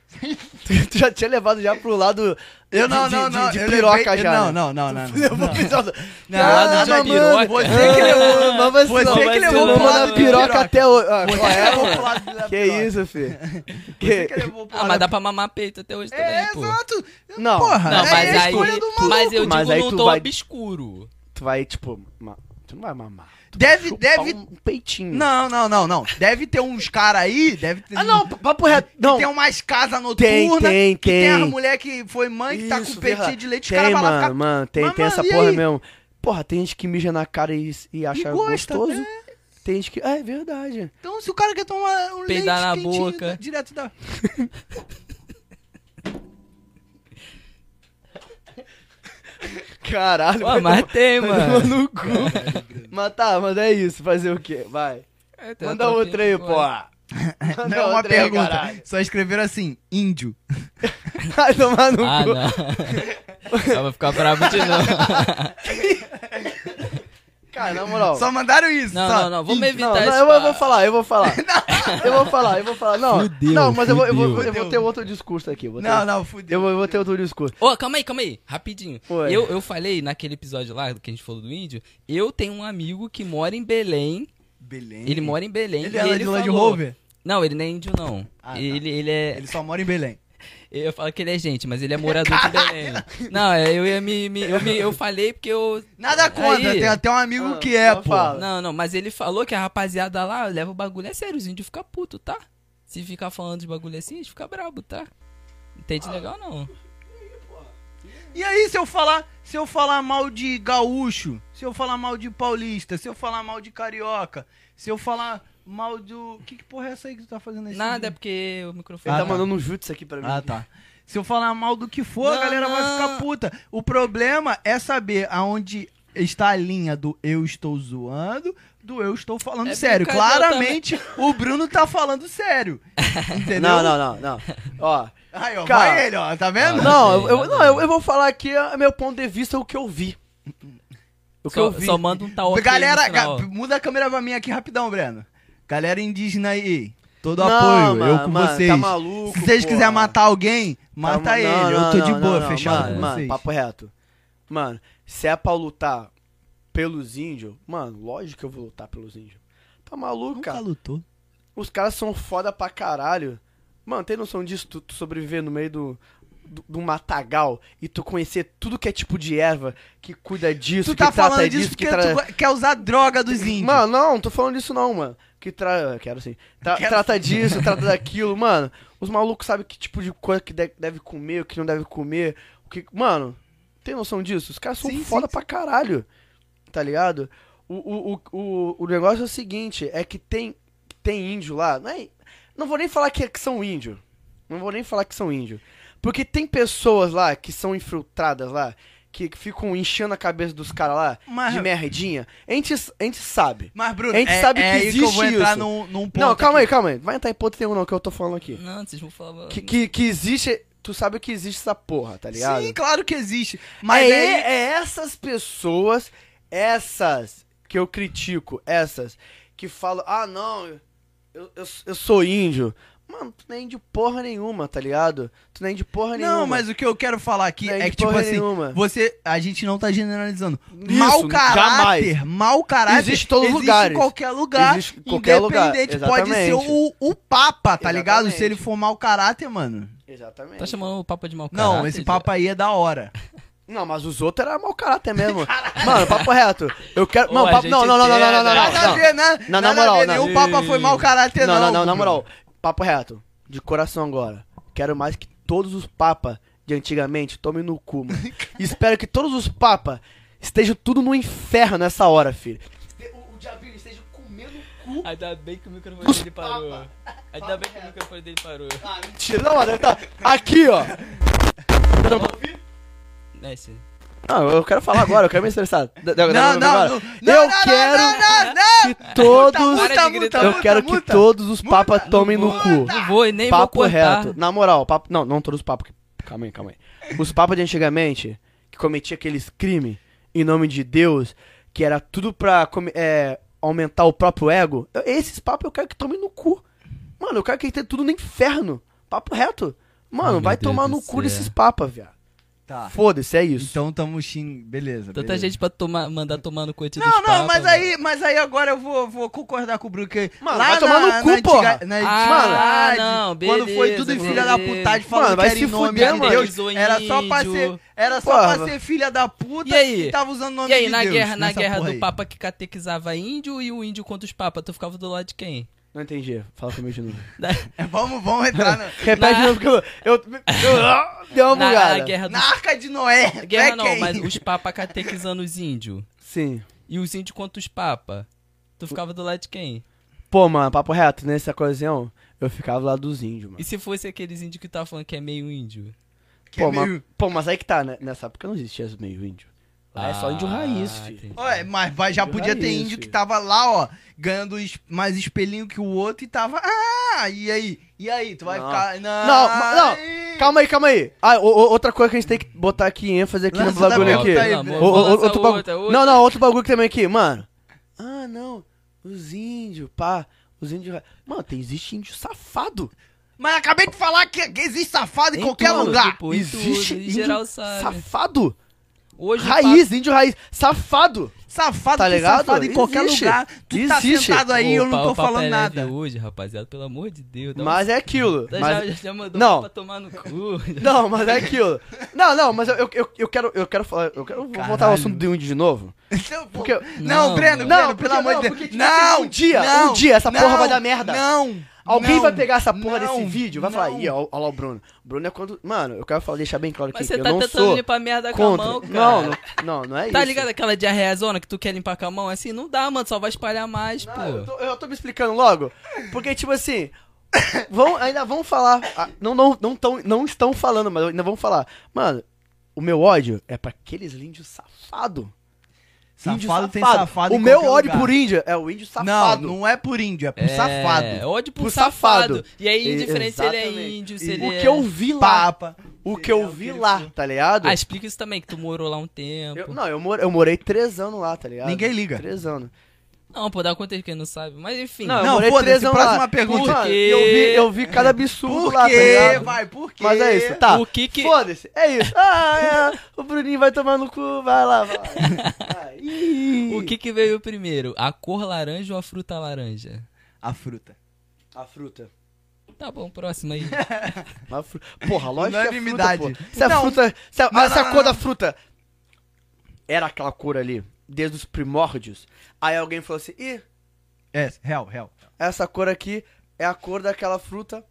Tu, tu já tinha levado já pro lado. Eu não, de, não, de- não. De, eu piroca levei- eu já. né? Não, não, não, não. Eu vou não. pensar do- Não, Caramba, não, não, mano, piroca. Você que levou, Ah, mas você, você não, que mas levou você pro levou lado da da piroca, piroca. até hoje. Ah, Você qual é, levou mano? pro lado da Que piroca. isso, filho? Você Que... que levou pro Ah, mas dá lado pra né, tipo? mamar peito até hoje também, É, pô. exato. Não, Porra, Não, é mas a aí. escolha do maluco. Mas eu digo Mas aí tu num tom vai- obscuro. Tu vai, tipo. ma- Tu não vai mamar. Tu vai Deve- chupar deve- Um peitinho. Não, não, não, não. Deve ter uns caras aí, deve ter... Ah, não, papo reto. Não. Tem umas casas Tem, noturnas. tem, que tem. tem. as mulher que foi mãe que tá com Isso, peitinho verdade. de leite. Os Tem, caras vão lá mano, ficar... mano, tem, Mas, tem essa mano, e porra aí? mesmo. Porra, tem gente que mija na cara e, e né? acha gosta, né? gostoso. Tem gente que. É verdade. Então, se o cara quer tomar um Peidar na leite quentinho boca. da- direto da... Caralho, Pô, mas tem, mano. no cu. mas tá, mas é isso. Fazer o quê? Vai. É, tem Manda uma outra aí, tropinha pô. agora. Manda Não é uma outra aí, pergunta. caralho. Só escreveram assim, índio. Vai tomar no Ah, cu. não. Ela vai ficar brava de novo. Cara, na moral. Só mandaram isso. Não, só. não, não, vamos Índio. evitar Não, esse não, eu, vou- eu vou papo. falar, eu vou falar. Eu vou falar, eu vou falar. Não, Fudeu, não mas eu vou, eu, vou, fudeu. eu vou ter outro discurso aqui. eu vou ter- Não, não, Eu fudeu. vou, eu vou ter outro discurso. Ô, calma aí, calma aí, rapidinho. Oi. Eu, eu falei naquele episódio lá que a gente falou do índio, eu tenho um amigo que mora em Belém. Belém. Ele mora em Belém. Ele e é ele de Land falou- Rover? Não, ele não é índio, não. Ah, tá. ele, ele é. Ele só mora em Belém. Eu falo que ele é gente, mas ele é morador de Belém. Não, é, eu ia me, me- eu me- Eu falei porque eu. Nada contra, Aí- tem até um amigo Ah, que é, não pô. fala. Não, não, mas ele falou que a rapaziada lá leva o bagulho. É sério, os índios ficam puto, tá? Se ficar falando de bagulho assim, a gente fica brabo, tá? Não entende legal, não. E aí, se eu falar, se eu falar mal de gaúcho, se eu falar mal de paulista, se eu falar mal de carioca, se eu falar mal do. Que, que porra é essa aí que tu tá fazendo nesse Nada, é vídeo? porque o microfone. Ele Ah, tá tá. mandando um jutsu aqui pra mim. Ah, tá. Se eu falar mal do que for, a Não, galera vai não. ficar puta. O problema é saber aonde está a linha do eu estou zoando, do eu estou falando É sério. brincadeira Claramente, o Bruno tá falando sério. Entendeu? Não, não, não, não. Ó. Aí, ó, Cara. vai ele, ó, tá vendo? Não, eu, eu- não eu, eu vou falar aqui a- meu ponto de vista, o que eu vi. O que só, eu vi. só manda um tal ok Galera, no final. ga- muda a câmera pra mim aqui rapidão, Breno. Galera indígena aí, todo Não, apoio, eu mano, com mano, vocês. Tá maluco, Se vocês porra. quiserem matar alguém, Tá mata ma- ele. não, eu tô não, de não, boa, não, fechado Mano, com mano, vocês. papo é reto. Mano, se é pra lutar pelos índios, mano, lógico que eu vou lutar pelos índios. Tá maluco, Nunca cara? lutou. Os caras são foda pra caralho. Mano, tem noção disso? Tu, tu sobreviver no meio do, do, do matagal e tu conhecer tudo que é tipo de erva que cuida disso, Tu que tá trata é falando disso, disso que porque trata. tu quer usar droga dos índios. Mano, não, não tô falando disso não, mano. Que tra... Quero sim. Tra- Quero Trata disso, trata daquilo, mano. Os malucos sabem que tipo de coisa que de- deve comer, o que não deve comer. O que... Mano, tem noção disso? Os caras são Sim, sim, foda pra caralho. Tá ligado? O, o, o, o, o negócio é o seguinte, é que tem, tem índio lá. Não, é- não vou nem falar que, que são índio. Não vou nem falar que são índio. Porque tem pessoas lá que são infiltradas lá, que, que ficam enchendo a cabeça dos caras lá Mas- de merdinha. A gente, a gente sabe. Mas, Bruno, A gente é, sabe é que aí que eu vou existe entrar isso. num, num ponto. Não, calma aqui. aí, calma aí. Vai entrar em ponto nenhum, não, que eu tô falando aqui. Não, vocês vão falar... Que, Tá que, que existe. Tu sabe que existe essa porra, tá ligado? Sim, claro que existe. Mas é, aí, é essas pessoas, essas que eu critico, essas que falam, ah não, eu, eu, eu sou índio. Mano, tu não é índio porra nenhuma, tá ligado? Tu não é índio porra nenhuma. Não, mas o que eu quero falar aqui Não é é, de que, tipo porra assim, nenhuma. você. A gente não tá generalizando. Isso, mau caráter, mau caráter. Existe em todos os existe lugares. Em qualquer lugar. Existe em qualquer lugar, independente, pode ser o, exatamente. o Papa, tá ligado? Se Exatamente. ele for mau caráter, mano. Exatamente. Tá chamando o papo de mau Não, caráter, esse Papa aí é da hora. Não, mas os outros eram mau caráter mesmo. mano, papo reto. Eu quero. Ô, não, a papo... gente não, não, não, não, não, não, não, Nada a não. ver, né? Não, na Nada a moral, ver, não. nenhum Papa foi mau caráter, não. Não, não, não, na Bruno. moral. Papo reto. De coração agora. Quero mais que todos os papas de antigamente tomem no cu, mano. Espero que todos os papas estejam tudo no inferno nessa hora, filho. O, diabinho esteja comendo o cu. Ainda bem que o microfone dele parou. Papa. Ainda bem que o microfone dele parou. Ah, mentira. Não, mano, tá aqui, ó. Desce. Não, eu quero falar agora, eu quero me estressar. D- Não, d- não, agora. não. Eu não, quero Não, não, não, que todos. Muta, Para de muta, gritar. Eu muta, quero que muta. todos os papas tomem no cu. Não vou e nem papo vou cortar. reto. Na moral, papo. Não, não todos os papos. que- Calma aí, calma aí. Os papos de antigamente, que cometiam aqueles crimes em nome de Deus, que era tudo pra come- é, aumentar o próprio ego. eu- esses papos eu quero que tomem no cu. Mano, eu quero que tenha tudo no inferno. Papo reto. Ai, Mano, meu vai Deus tomar do no céu. cu desses papas, viado. Ah. Tá. Foda-se, é isso. Então tamo xing. Beleza. Tanta beleza. Então tá, gente pra tomar, mandar tomar no coito Não, não, né? mas aí, mas aí agora eu vou, vou concordar com o Bruno que Mano, vai tomar no cu, porra. Na Ah, antiguidade, não, quando foi beleza, tudo beleza. filha da putagem falando Mano, que vai era se em nome fuder, de mano. Deus, era só pra Índio. ser, era só Porra. pra ser filha da puta E aí? que tava usando o nome E aí, de na Deus guerra, na nessa guerra porra aí. do Papa que catequizava índio e o índio contra os papas, tu ficava do lado de quem? Não entendi. Fala comigo de novo. É, Vamos, vamos entrar na, Repete de novo que eu. eu, eu deu uma na, bugada. guerra na dos... arca de Noé. Guerra né, não, quem? mas os papas catequizando os índios. Sim. E os índios contra os papas. Tu ficava do lado de quem? Pô, mano, papo reto, nessa ocasião, eu ficava lá dos índios, mano. E se fosse aqueles índios que tava falando que é meio índio? Que Pô, é meio- mas, pô, mas aí que tá, né? Nessa época não existia os meio índio. Lá Né? é só índio raiz, Ah, filho. entendi. Olha, é, mas vai- já Já podia ter isso, índio que filho. tava lá, ó, ganhando es- mais espelhinho que o outro e tava. Ah, e aí? E aí? Tu vai Não. ficar. Não, Não, ma- não. aí. Calma aí, calma aí. Ah, o- o- outra coisa que a gente tem que botar aqui ênfase aqui Lança no da bagulho bola, aqui. tá aí, O- Bruno. o- Lança outro bagulho. outra, outra. Não, não, outro bagulho também aqui, mano. Ah, não. Os índios, pá. Os índios. ra- Mano, tem, existe índio safado. Mas acabei de falar que, que existe safado em, Então, Em qualquer tudo, lugar. tipo, em existe tudo, em índio geral sabe. safado. Hoje o Raiz, índio raiz. Safado. Safado, Tá que ligado? safado em qualquer Existe. lugar. Tu tá Existe. sentado aí, eu Opa, não tô o papo falando é leve nada. hoje, rapaziada, pelo amor de Deus. dá um Mas é aquilo. Tá, mas- já, já mandou Não. pra tomar no cu. Não, mas é aquilo. Não, não, mas eu, eu, eu, eu quero, eu quero falar, eu quero vou voltar ao Caralho. assunto do índio de novo. Então, pô, Porque- não, Não, não. Breno, Breno, Não, porque pelo amor não, de porque, Deus. tipo assim, um dia, um dia essa porra vai dar merda. Não. Alguém não, vai pegar essa porra não, desse vídeo, vai falar, não. ih, ó, ó lá o Bruno. Bruno é quando, mano, eu quero falar, deixar bem claro Mas que você eu tá não tentando sou limpar merda com a contra. mão, cara. não, não, não, não é isso. Tá ligado aquela diarreazona que tu quer limpar com a mão? Assim, não dá, mano, só vai espalhar mais, Não, eu, pô. tô, eu tô me explicando logo, porque tipo assim, vão, ainda vão falar, ah, não, não, não, tão, não estão falando, mas ainda vão falar, mano, o meu ódio é pra aqueles índios safados. Índio Safado tem safado O em meu qualquer ódio lugar. por índia é o índio safado. Não, não é por índio, é por É, safado. ódio por, Por safado. um safado. E aí, E- indiferente se ele é exatamente. índio, se E- ele O é... que eu vi lá, Papa. o que eu vi lá, tá ligado? Ah, explica isso também, que tu morou lá um tempo. Eu- não, eu, mor- eu morei três anos lá, tá ligado? Ninguém liga. Três anos. Não, pô, dá conta de quem não sabe. Mas enfim. eu Não, morei foda-se, três anos próxima lá. pergunta. Mano, Por quê? eu vi, eu vi cada absurdo Por lá, tá quê? ligado? Vai, por quê? Mas é isso, tá. O que que- Foda-se, é isso. Ah, é, o Bruninho vai tomar no cu, vai lá, vai. Ah, ih. O que que veio primeiro? A cor laranja ou a fruta laranja? A fruta. A fruta. Tá bom, próxima aí. A fru... Porra, lógico que é fruta, Unanimidade. pô. Se a Não. fruta... Se a, Não, ah, se a não, não, cor da fruta era aquela cor ali, desde os primórdios, aí alguém falou assim, ih, É, real, real. essa cor aqui é a cor daquela fruta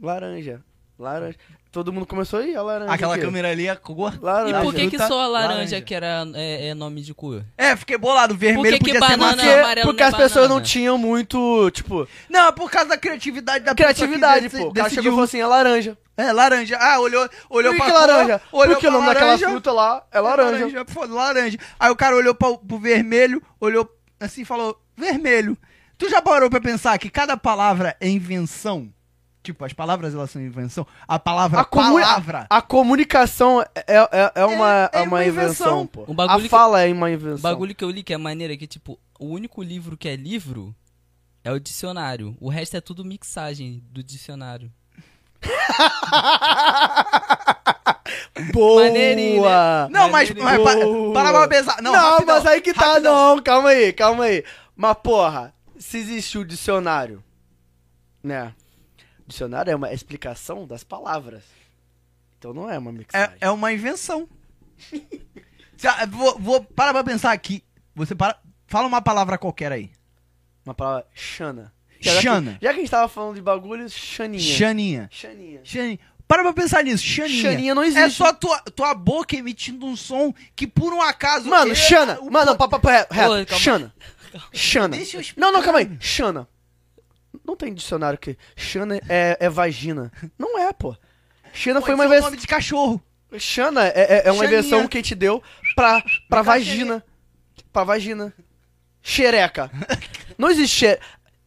laranja. Laranja. Todo mundo começou aí, a laranja. Aquela aqui. câmera ali é cor. E Laranja. por que que fruta só a laranja laranja. que era é, é nome de cor? É, fiquei bolado. Vermelho que que podia ser banana- maçã. Porque, amarelo porque na as pessoas não banana? tinham muito, tipo, Não, é por causa da criatividade da pessoa que criatividade, dec- pô. O cara chegou e decidiu. falou assim, é laranja. É, laranja. Ah, olhou, olhou por pra que que cor, laranja? olhou Porque o pra nome laranja, daquela fruta lá é laranja. Foda, laranja. Aí o cara olhou pra, pro vermelho, olhou assim e falou, vermelho. Tu já parou pra pensar que cada palavra é invenção? Tipo, as palavras elas são invenção. A palavra A, é? comuni- palavra. a comunicação é, é, é uma, É- é é uma uma invenção, invenção. pô. Um bagulho a que- fala é uma O invenção. bagulho que eu li que é maneiro é que, tipo, o único livro que é livro é o dicionário. O resto é tudo mixagem do dicionário. Boa! Maneirinho, né? Não, mas, mas pa, Boa. para pra pensar. Não, Não, rapidão, mas aí que tá, rapidão. não, calma aí, calma aí. Mas porra, se existe o dicionário, né? Dicionário é uma explicação das palavras. Então não é uma mixagem. É, é uma invenção. Se a- vou, vou para pra pensar aqui. Você para, fala uma palavra qualquer aí. Uma palavra Xana. Xana. Que, já que a gente tava falando de bagulho, Xaninha. Xaninha. Xaninha. Xaninha. Para pra pensar nisso. Xaninha. Xaninha não existe. É só tua, tua boca emitindo um som que por um acaso. Mano, é- Xana. o- Mano, papo papo reto. Ô, reto. calma. Xana. Xana. Deixa eu explicar. Não, não, calma aí. Xana. Não tem dicionário que Xana é, é vagina. Não é, pô. Xana Pode foi uma ser um invenção. nome de cachorro. Xana é, é- é uma Xaninha. invenção que te deu pra, pra vagina. Pra vagina. Xereca. Não existe xe...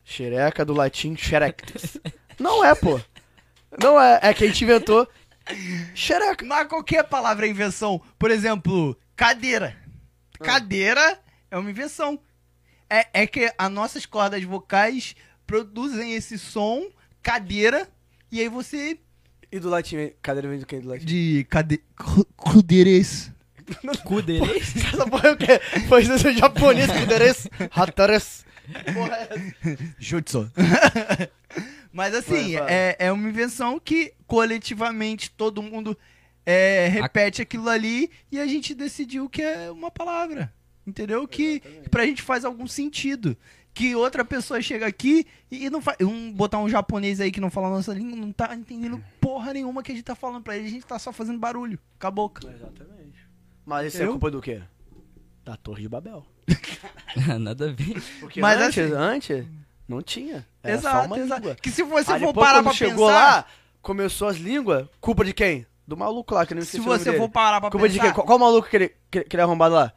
xereca do latim xerectus. Não é, pô. Não é. É quem te inventou xereca. Mas qualquer palavra é invenção. Por exemplo, cadeira. Cadeira é uma invenção. É, é que as nossas cordas vocais produzem esse som, cadeira, e aí você. E do latim, cadeira vem do que do latim? De cade... cu- Cuderes. Cu dele. Essa porra é o quê? Foi isso japonês que deres. Hatares. Porra, é essa? Jutsu. Mas assim, Vai, vai. É, é uma invenção que coletivamente todo mundo é, repete aquilo ali e a gente decidiu que é uma palavra. Entendeu? Que pra gente faz algum sentido. Que outra pessoa chega aqui e e não faz. Um, botar um japonês aí que não fala a nossa língua, não tá É. entendendo porra nenhuma que a gente tá falando pra ele, a gente tá só fazendo barulho. Com a boca. Exatamente. Mas isso Eu? é culpa do quê? Da Torre de Babel. Nada a ver. Porque Mas antes, assim- antes, não tinha. Era É, só uma língua. Que se você Aí for Ah, depois, parar quando pra chegou pensar. lá, começou as línguas, culpa de quem? Do maluco lá, que eu nem se esqueci o nome você dele. for parar pra Culpa de quem? pensar. Qual, qual maluco que ele, que, que ele é arrombado lá?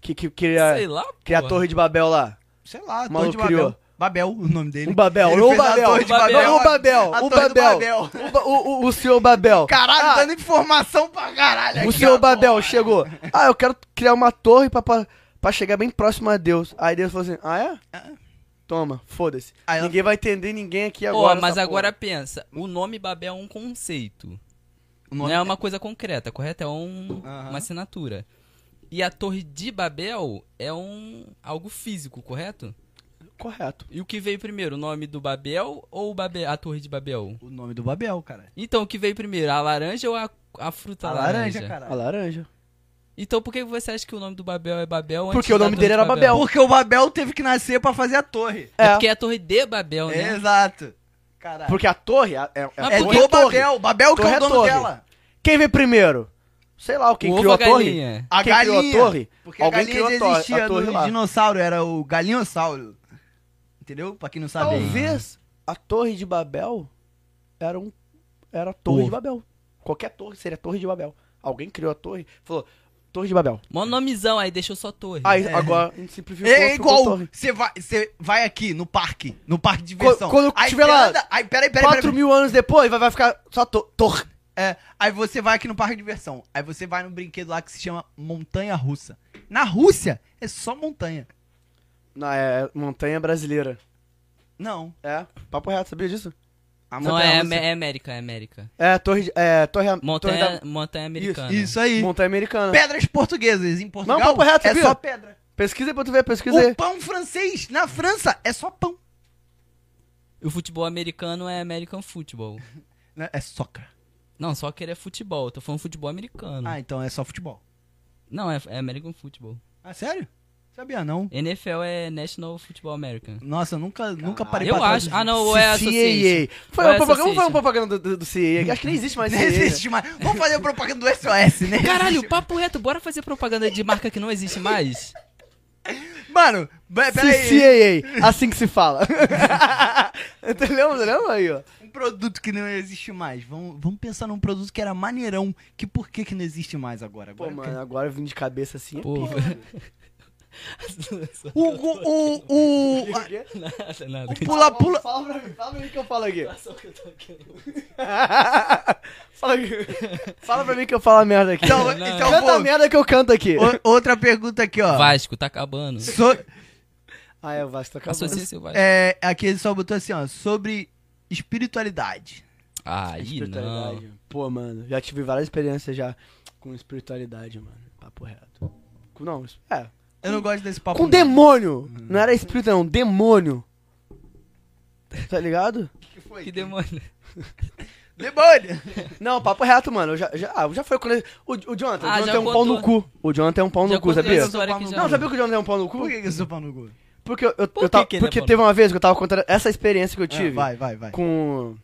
Que, que, que, ele- é- Sei lá, que a porra. Torre de Babel lá? Sei lá, O Torre de maluco Babel. criou. Babel, o nome dele. Um Babel, Ele ou o fez a Babel, Torre de Babel. o Babel, a o Torre do Babel, o, ba- o, o, o senhor Babel. Caralho, Ah, dando informação pra caralho aqui. O senhor ó, Babel porra. chegou. Ah, eu quero criar uma torre pra, pra, pra chegar bem próximo a Deus. Aí Deus falou assim: Ah, é? Ah. Toma, foda-se. Aí ela- Ninguém vai entender ninguém aqui Ó, agora. mas essa agora pensa. O nome Babel é um conceito. O Não nome- é uma coisa concreta, correto? É um- Aham. uma assinatura. E a Torre de Babel é um algo físico, correto? porra. Correto. E o que veio primeiro, o nome do Babel ou o Babel, a Torre de Babel? O nome do Babel, cara. Então, o que veio primeiro, a laranja ou a, a fruta A laranja, A caralho. laranja. Então, por que você acha que o nome do Babel é Babel? antes Porque o da nome Torre dele de era Babel. Porque o Babel teve que nascer pra fazer a torre. É porque é a Torre de Babel, né? É. Exato. Caralho. Porque a torre é, é, é, Mas É porque é do torre. Babel. Babel que Torre é é o dono torre. dela. Quem veio primeiro? Sei lá, quem O ovo criou ou a torre. galinha? A Quem galinha. criou a torre? Porque Alguém a galinha criou a já torre- a existia torre no lá. dinossauro. Era o galinhossauro. Entendeu? Pra quem não sabe. aí. Talvez a torre de Babel era um era a torre Ovo. de Babel. Qualquer torre seria a torre de Babel. Alguém criou a torre, falou: Torre de Babel. Mó nomezão aí, deixou só torre. Aí agora a gente simplificou. É ficou igual, torre. você vai, você vai aqui no parque, no parque de diversão. Quando- quando aí tiver você lá anda- aí, peraí, peraí, 4 peraí, mil anos depois vai, vai ficar só to- torre. É, aí você vai aqui no parque de diversão, aí você vai num brinquedo lá que se chama montanha russa. Na Rússia é só montanha. Não, é montanha brasileira. Não, É, papo reto, sabia disso? a Não, é, montanha russa. Amé- é América, é América. É, torre. de- É, torre. torre Montanha, montanha americana. Isso da- aí. montanha americana. Pedras portuguesas em Portugal. papo reto, é viu? só pedra. Pesquisa aí pra tu ver, pesquisa O aí. pão francês na França é só pão. E o futebol americano é American Football. Né? É soccer. Não, só que ele é futebol. Eu tô falando futebol americano. Ah, então é só futebol. Não, é, é American Football. Ah, sério? Sabia não. NFL é National Football American. Nossa, eu nunca, nunca parei eu pra acho. Ah, não, ou é Association. CAA. Foi Ou uma é propaganda. Vamos fazer Association. uma propaganda do, do CAA. Acho que nem existe mais Não CAA, né? existe mais. Vamos fazer a propaganda do SOS, né? é- Caralho, papo reto, bora fazer propaganda de marca que não existe mais? Mano, be- peraí. CCAA, É, assim que se fala. Tá lembra, lembra aí, ó? Um produto que não existe mais. Vamos, vamos pensar num produto que era maneirão. Que por que que não existe mais agora? Pô, agora mano, agora eu vim de cabeça assim. Pô. O, o, o, o, a- nada, nada. o pula, pula. Fala pra mim, fala pra mim que eu falo aqui. Só que eu tô aqui. fala, aqui. fala pra mim que eu falo a merda aqui. Então, Não. então Canta a vou, merda que eu canto aqui. o- outra pergunta aqui, ó. Vasco, tá acabando. So- Ah, é, o Vasco tá acabando. Associa seu Vasco. é, aqui ele só botou assim, ó. Sobre espiritualidade. Aí não. Espiritualidade. É Pô, mano, já tive várias experiências já com espiritualidade, mano. Papo reto. Com, não, isso- é. Eu não gosto desse papo. Com não. demônio. Uhum. Não era espírito, não. Demônio. Tá ligado? Que foi? Que demônio. Demônio! Não, papo reto, mano. Eu já, já, ah, eu já foi com ele. O, o Jonathan, Ah, o já Jonathan é um pau no contou. cu. O Jonathan é um pau no Já cu, contei sabia? essa história aqui já. Não, sabia que o Jonathan é um pau no cu? Por que que eu sou pau no cu? Porque eu, eu, Por eu tava- que que ele é porque pau no teve uma vez que eu tava contando essa experiência que eu tive Ah, vai, vai, vai. com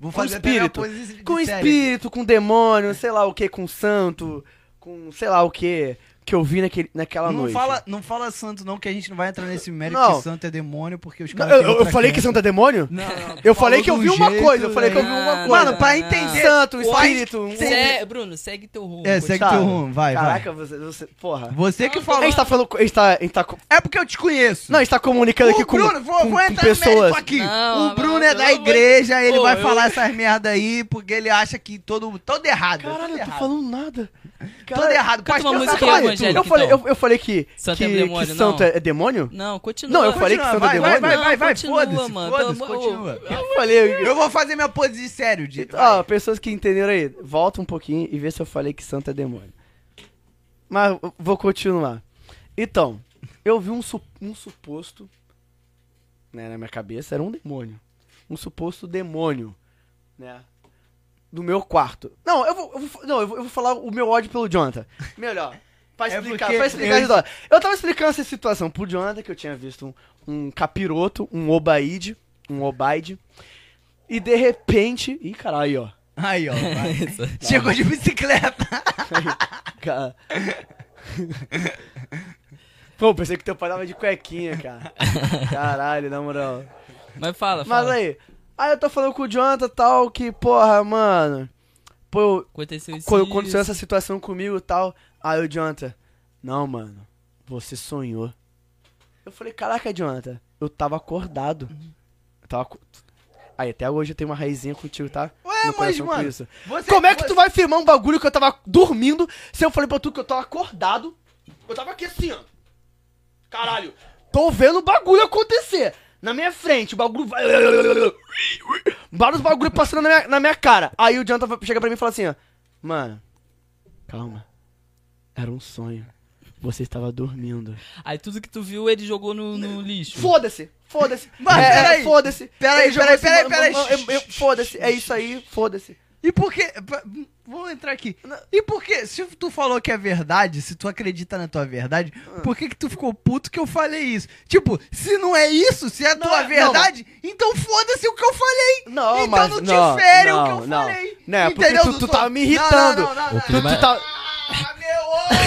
Vou com até minha espírito. posição de com série. É. espírito, com demônio, sei lá o que, com santo, com sei lá o que que eu vi naquele, naquela Não noite. fala, não fala santo não, que a gente não vai entrar nesse mérito Não. que santo é demônio, porque os Não, caras... eu, têm eu outra falei que crença. santo é demônio? Não, Eu falei que eu vi Falou do uma jeito, coisa, eu falei que eu vi né? uma Não, coisa. Mano, pra entender- Santo, Uai, espírito. um- cê- Se- Bruno, segue teu rumo. É, segue Sabe? teu rumo, vai, vai. Tá. Caraca, você, você- Porra. Você que A falou. gente tá falando. co- A gente tá. A gente tá co- É porque eu te conheço. não, a gente tá comunicando aqui o com. Bruno, vou, com, vou com entrar no pessoas. mérito aqui. Não, o Bruno não, é da eu não vou- igreja, ele Pô, vai eu- falar essas merda aí, porque ele acha que todo, todo errado. Caralho, todo eu tô errado. falando nada. Todo Caralho, errado. Canta pastor é? uma música Satanás. evangélica. eu, falei, então. eu, eu falei que. Santo que, é demônio, que não. santo é, é demônio? Não, continua. Não, eu falei que Continua, santo vai, é vai, demônio. vai, vai, vai, Continua, foda-se, mano, foda-se, pelo amor- continua. Eu falei. Eu vou fazer minha pose de sério, de... Ó, pessoas que entenderam aí, volta um pouquinho e vê se eu falei que santo é demônio. Mas eu vou continuar. Então, eu vi um, su- um suposto. Né, na minha cabeça era um demônio. Um suposto demônio. Né? Do meu quarto. Não, eu vou, eu vou- não, eu vou, eu vou falar o meu ódio pelo Jonathan. Melhor. Pra É explicar, porque pra explicar eu- eu... eu tava explicando essa situação pro Jonathan, que eu tinha visto um, um capiroto, um obaide, um obaide. E de repente. Ih, caralho, aí, ó. Aí, ó. vai. Isso. Chegou de bicicleta. Cara. Pô, pensei que teu pai tava de cuequinha, cara. Caralho, na moral. Mas fala, Mas fala. aí, aí eu tô falando com o Jonathan e tal, que, porra, mano. Pô, Aconteceu isso. quando aconteceu essa situação comigo e tal, aí o Jonathan, não, mano, você sonhou. Eu falei, caraca, Jonathan, eu tava acordado. Uhum. Eu tava. aco- Aí, até hoje eu tenho uma raizinha contigo, tá? No Ué, mas, coração com mano, isso. você- Como é que você- tu vai firmar um bagulho que eu tava dormindo se eu falei pra tu que eu tava acordado? Eu tava aqui assim, ó. Caralho. Tô vendo o bagulho acontecer. Na minha frente, o bagulho vai. Vários bagulho passando na minha, na minha cara. Aí o Jonathan chega pra mim e fala assim, ó. Mano, calma. Era um sonho. Você estava dormindo. Aí tudo que tu viu, ele jogou no, no lixo. Foda-se, foda-se. Mas É, é, peraí. Foda-se. Peraí, Ele jogou peraí, assim, peraí, mano, peraí. mano, eu- eu- Foda-se, é isso aí, foda-se. E por que. pa- Vou entrar aqui. E por que? Se tu falou que é verdade, se tu acredita na tua verdade, Ah. por que, que tu ficou puto que eu falei isso? Tipo, se não é isso, se é a tua é- verdade, então foda-se o que eu falei. Não, então mas não te não, fere o que não, eu não. falei. Não, é porque Entendeu, tu- tu doutor? tava me irritando. Ah, Não, não, não, não, Tu, não. tu tá... Ah, meu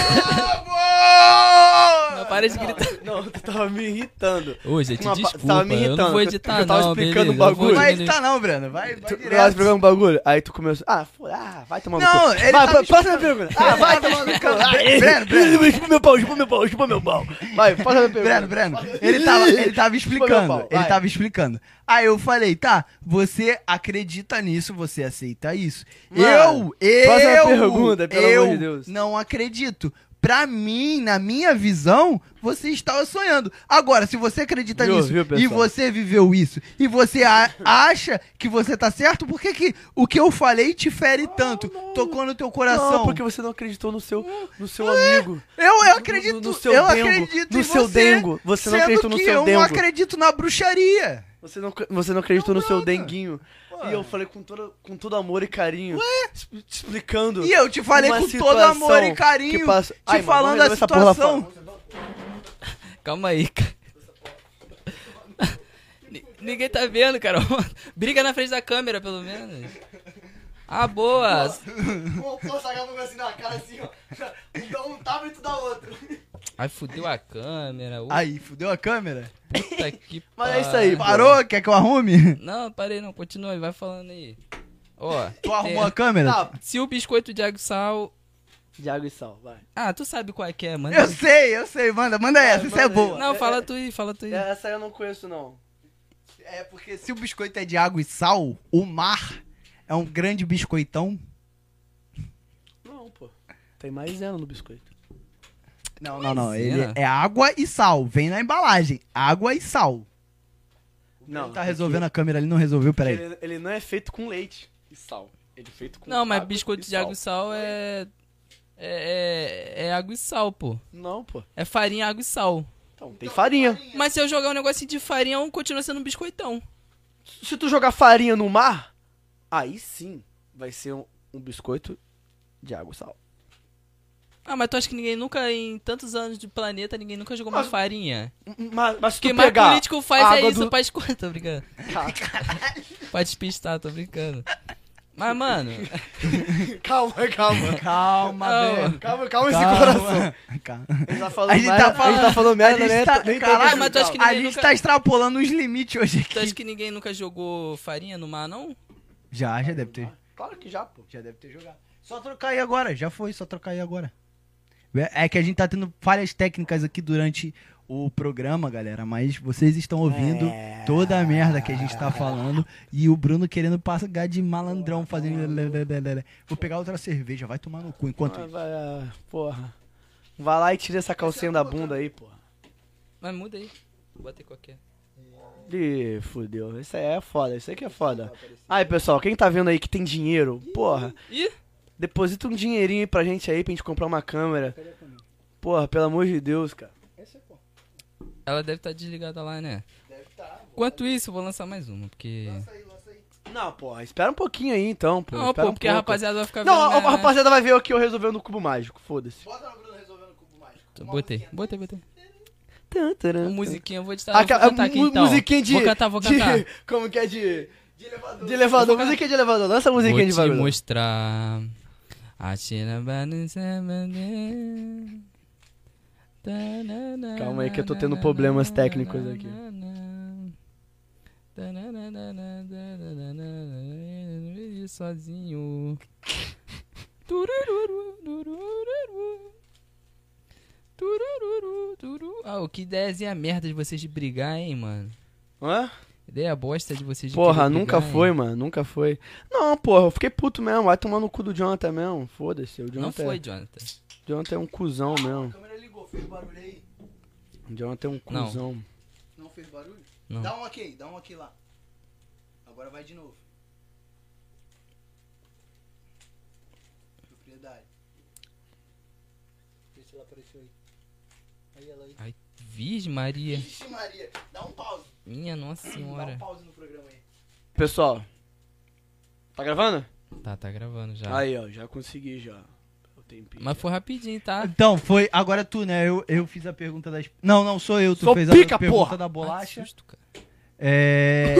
ovo! Para de gritar. Não, tu tava me irritando. Ô, gente, Uma pa- desculpa. tava me eu não irritando, vou porque editar, eu tava não, explicando beleza, eu o vou Não bagulho. tá vai diminuir. editar não, Breno. Vai, vai Tu tava direto. explicando um bagulho? Aí tu começou. Ah, foda, ah vai tomar no Não, cu. ele vai, tava pra- próxima explicando. pergunta. Ah, vai tomar no cu. Ah, Breno, Breno. Chupa meu pau, chupa meu pau, chupa meu pau. Vai, próxima pergunta. Breno, Breno, ele tava, ele tava meu explicando, pau, ele vai. tava explicando. Aí eu falei, tá, você acredita nisso, você aceita isso. Mano, eu, eu, próxima pergunta, pelo eu amor de Deus. não acredito. Pra mim, na minha visão, você estava sonhando. Agora, se você acredita Viu, nisso viu, e pessoal? você viveu isso e você a- acha que você tá certo, por que, que o que eu falei te fere tanto? Tocou no teu coração. É. Não, porque você não acreditou no seu, no seu amigo. Eu, eu No- acredito, no seu eu dengo, acredito no em seu você, dengo. Você não sendo acreditou no que seu eu dengo. não acredito na bruxaria. Você não, você não acreditou no seu brother. denguinho. E eu falei com todo, com todo amor e carinho. es- Te explicando. E eu te falei uma com todo situação amor e que carinho, passa- te Ai, mano, falando vamos a resolver essa porra situação. Calma aí, cara. Ni- Ninguém tá vendo, cara. Briga na frente da câmera, pelo menos. Ah, boa. Pô, pô, sacar um bagulho assim na cara, assim, ó. Um dá um tapa e tu dá outro. Ai, fudeu a câmera. Puta Aí, fudeu a câmera? que Mas é isso aí, pariu. Parou? Quer que eu arrume? Não, parei não. Continua aí, vai falando aí. Ó, É. Tu arrumou tem- a câmera? Tá, se o biscoito de água e sal... de água e sal, vai. Ah, tu sabe qual é que é, mano. Eu sei, eu sei. Manda, manda essa, essa é manda aí. boa. Não, fala tu aí, fala tu aí. Essa eu não conheço, não. É porque se o biscoito é de água e sal, o mar é um grande biscoitão. Não, pô. Tem maisena no biscoito. Não, não, não. Mas Ele é. é água e sal. Vem na embalagem. Água e sal. Não. Tá resolvendo a câmera ali, não resolveu, peraí. Ele, ele não é feito com leite e sal. Ele é feito com Não, mas água biscoito e de água e sal é... É, é, é água e sal, pô. Não, pô. É farinha, água e sal. Então, tem farinha. Mas se eu jogar um negocinho de farinha, um continua sendo um biscoitão. Se tu jogar farinha no mar, aí sim vai ser um, um biscoito de água e sal. Ah, mas tu acha que ninguém nunca, em tantos anos de planeta, ninguém nunca jogou uma Mas- farinha? Mas, mas se O tu que mais pegar político faz a é água isso, do- pra escolher. Tô brincando. Pra despistar, tô brincando. Mas, mano, Calma, calma. Calma, Não. velho. Calma, calma esse coração. Calma. Calma. Ele tá A falando gente merda, tá falando- a gente tá falando merda, a gente né? tá- Nem tem caralho, que- mas tu acha que A ninguém gente nunca- tá extrapolando os limites hoje tu acha aqui. que ninguém nunca jogou farinha no mar, não? Já, já deve ter. Claro que já, pô. Já deve ter jogado. Só trocar aí agora, já foi, só trocar aí agora. É que a gente tá tendo falhas técnicas aqui durante o programa, galera, mas vocês estão ouvindo toda a merda que a gente tá falando e o Bruno querendo pagar de malandrão fazendo. lelelelele. Vou pegar outra cerveja, vai tomar no cu enquanto. Ah, vai, ah, porra. Vai lá e tira essa calcinha da bunda aí, porra. Mas muda aí. Bota aí qualquer. Ih, fudeu. Isso aí é foda, isso aí que é foda. Aí, pessoal, quem tá vendo aí que tem dinheiro, porra, Ih, deposita um dinheirinho aí pra gente aí, pra gente comprar uma câmera. Porra, pelo amor de Deus, cara. ela deve estar desligada lá, né? Deve estar. Enquanto isso, eu vou lançar mais uma, porque... Não, porra, espera um pouquinho aí então, pô. Não, espera pô, um porque a pouco. rapaziada vai ficar Não, vendo... né? a, a minha- rapaziada vai ver o que eu resolvendo o cubo mágico, foda-se. Botei, botei, botei. Tan, taran, Uma tan. musiquinha, eu vou editar, Aquela- vou cantar aqui mu- então. Musiquinha de. Vou cantar, vou de- cantar. como que é de. De elevador. De Eu vou elevador, cantar. musiquinha de elevador. Lança a Vou musiquinha de te elevador. mostrar. A China Banana- Tanana- Calma aí que eu tô tendo problemas técnicos aqui. Tanana- Sozinho. Turururu, turururu. Turururu, turu- Ah, o que ideiazinha merda de vocês de brigar, hein, mano? Hã? Ideia bosta de vocês de Porra, querer nunca brigar, foi, hein? mano, nunca foi. Não, porra, eu fiquei puto mesmo. Vai tomar no cu do Jonathan mesmo. Foda-se, o Não Jonathan, foi, Jonathan. o Jonathan é um cuzão mesmo. câmera ligou, fez barulho aí. O Jonathan é um Não. cuzão. Não fez barulho? Não. Dá um ok, dá um ok lá. Agora vai de novo. Propriedade. Vê se ela apareceu aí. Aí ela aí. Virgem Maria. Vixe Maria, dá um pause. Minha Dá nossa um senhora. pause no programa aí. Pessoal, tá gravando? Tá, tá gravando já. Aí, ó, já consegui já. O tempinho. Mas foi rapidinho, Ah. tá? Então, foi. Agora tu, né? Eu, eu fiz a pergunta das. Não, não, sou eu. Tu Sou fez pica, a pergunta porra. da Ai, que bolacha. susto, cara. É.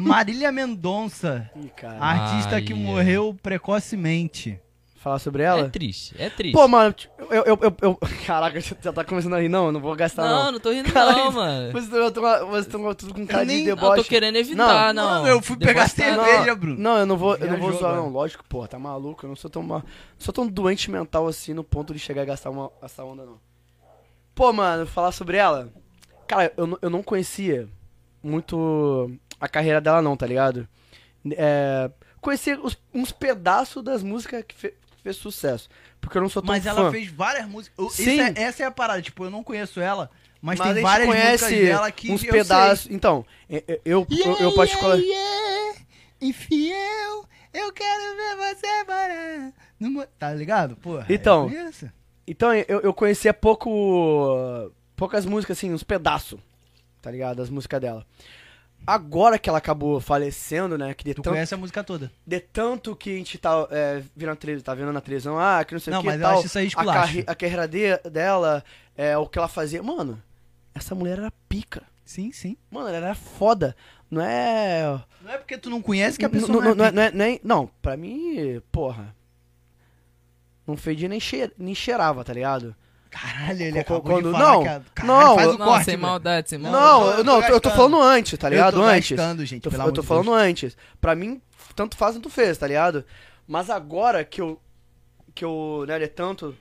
Marília Mendonça, Ih, cara. artista que Ai, é. morreu precocemente. Falar sobre ela? É triste, é triste. Pô, mano, eu, eu, eu, eu- Caraca, você já tá começando a rir. Não, eu não vou gastar, não, tá não. não, tô rindo Caralho, não, mano. Vocês estão vocês tão tudo com cara de nem- Não, deboche. eu Ah, tô querendo evitar, não. Mano, eu fui pegar Deboche tá- cerveja, Bruno. Não, eu não vou, eu não vou Viajou zoar, agora. não. Lógico, porra, tá maluco. Eu não sou tão, ma- não sou tão doente mental assim no ponto de chegar a gastar uma, essa onda, não. Pô, mano, falar sobre ela. Cara, eu, não- eu não conhecia muito a carreira dela, não, tá ligado? É, conhecia os- uns pedaços das músicas que fe- fez sucesso. Porque eu não sou tão Mas fã. ela fez várias músicas. Eu- isso Sim. é- essa é a parada, tipo, eu não conheço ela, mas, a tem gente várias músicas conhece dela que uns eu pedaços. Então, eu, eu, eu, eu particular. Infiel, eu quero ver você parar. Tá ligado? Porra. Então. eu conheço. Então, eu, eu conhecia pouco. poucas músicas, assim, uns pedaços, tá ligado? As músicas dela. Agora que ela acabou falecendo, né? Que de, Tu tanto, conhece a música toda. de tanto que a gente tá é, vendo, a televisão, tá vendo na televisão, ah, que não sei o Não, que mas eu tal. acho isso aí a, esculacho. carre- a carreira de- dela, é, o que ela fazia. Mano, essa mulher era pica. Sim, sim. Mano, ela era foda. Não é. Não é porque tu não conhece que a N- pessoa não, não, é não, pica. não, é- não é- não, pra mim, porra. Não fedia nem, cheir- nem cheirava, tá ligado? Caralho, ele Co- co- acabou quando- de falar não, que a... Caralho, não, faz o eu- Não, corte, sem velho. maldade, sem Não, maldade. não, eu tô- eu, não, eu tô eu tô gastando. falando antes, tá Eu ligado? tô antes. gastando, gente, Tô- pelo eu amor tô de falando antes. Pra mim, tanto faz, tanto fez, tá ligado? Mas agora que eu. Que eu, né, ele é tanto.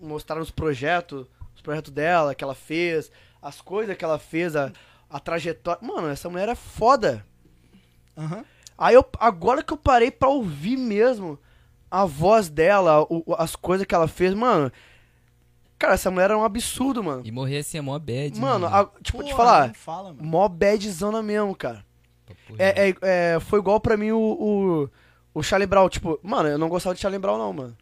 Mostraram os projetos, os projetos dela, que ela fez, as coisas que ela fez, a, a trajetória. Mano, essa mulher é foda. Aham. Aí eu, agora que eu parei pra ouvir mesmo a voz dela, o- o- as coisas que ela fez, mano. Cara, essa mulher era um absurdo, mano. E morrer assim é mó bad. Mano, né? a- tipo, Porra, te falar, não fala, mano. mó badzona mesmo, cara. Porra. É, é- é, foi igual pra mim o, o, o Charlie Brown. Tipo, mano, eu não gostava de Charlie Brown, não, mano.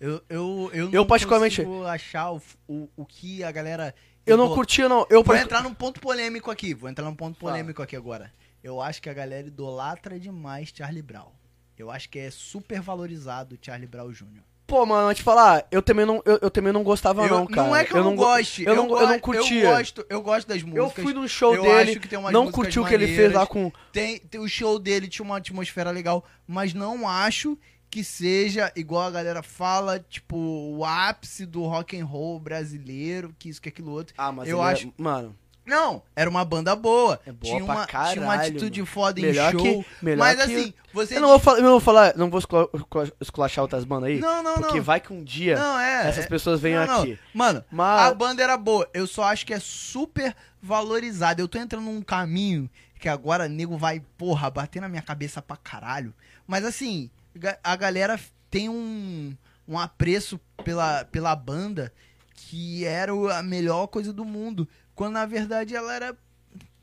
Eu, eu, eu não Eu, particularmente- consigo achar o, o, o que a galera... Eu não idol- curtia, não. Eu, Vou particu- entrar num ponto polêmico aqui. Vou entrar num ponto Fala. polêmico aqui agora. Eu acho que a galera idolatra demais Charlie Brown. Eu acho que é super valorizado Charlie Brown Jr. Pô, mano, antes de falar, eu também não, eu, eu também não gostava, não, cara. é que eu, não go- goste. Eu não, go- eu não go- curtia. Eu Eu, gosto, eu gosto das músicas. fui num show Eu dele, acho que tem umas não músicas curti o que ele fez lá maneiras. com. Tem, tem o show dele, tinha uma atmosfera legal, mas não acho que seja igual a galera fala, tipo, o ápice do rock and roll brasileiro, que isso, que aquilo outro. Ah, mas Eu ele é- acho- Mano, Não, era uma banda boa. É boa tinha, pra uma, tinha uma caralho, atitude mano. foda em Melhor show. que- melhor mas que- assim, você. eu não, vou falar, eu não vou falar, não vou escula- escula- esculachar outras bandas aí. não, não, porque não. vai que um dia Não, é. essas é- pessoas venham não, não. aqui. Mano, Mas- a banda era boa. Eu só acho que é super valorizada. Eu tô entrando num caminho que agora nego vai, porra, bater na minha cabeça pra caralho. Mas assim, ga- a galera tem um, um apreço pela, pela banda que era o- a melhor coisa do mundo. Quando na verdade ela era.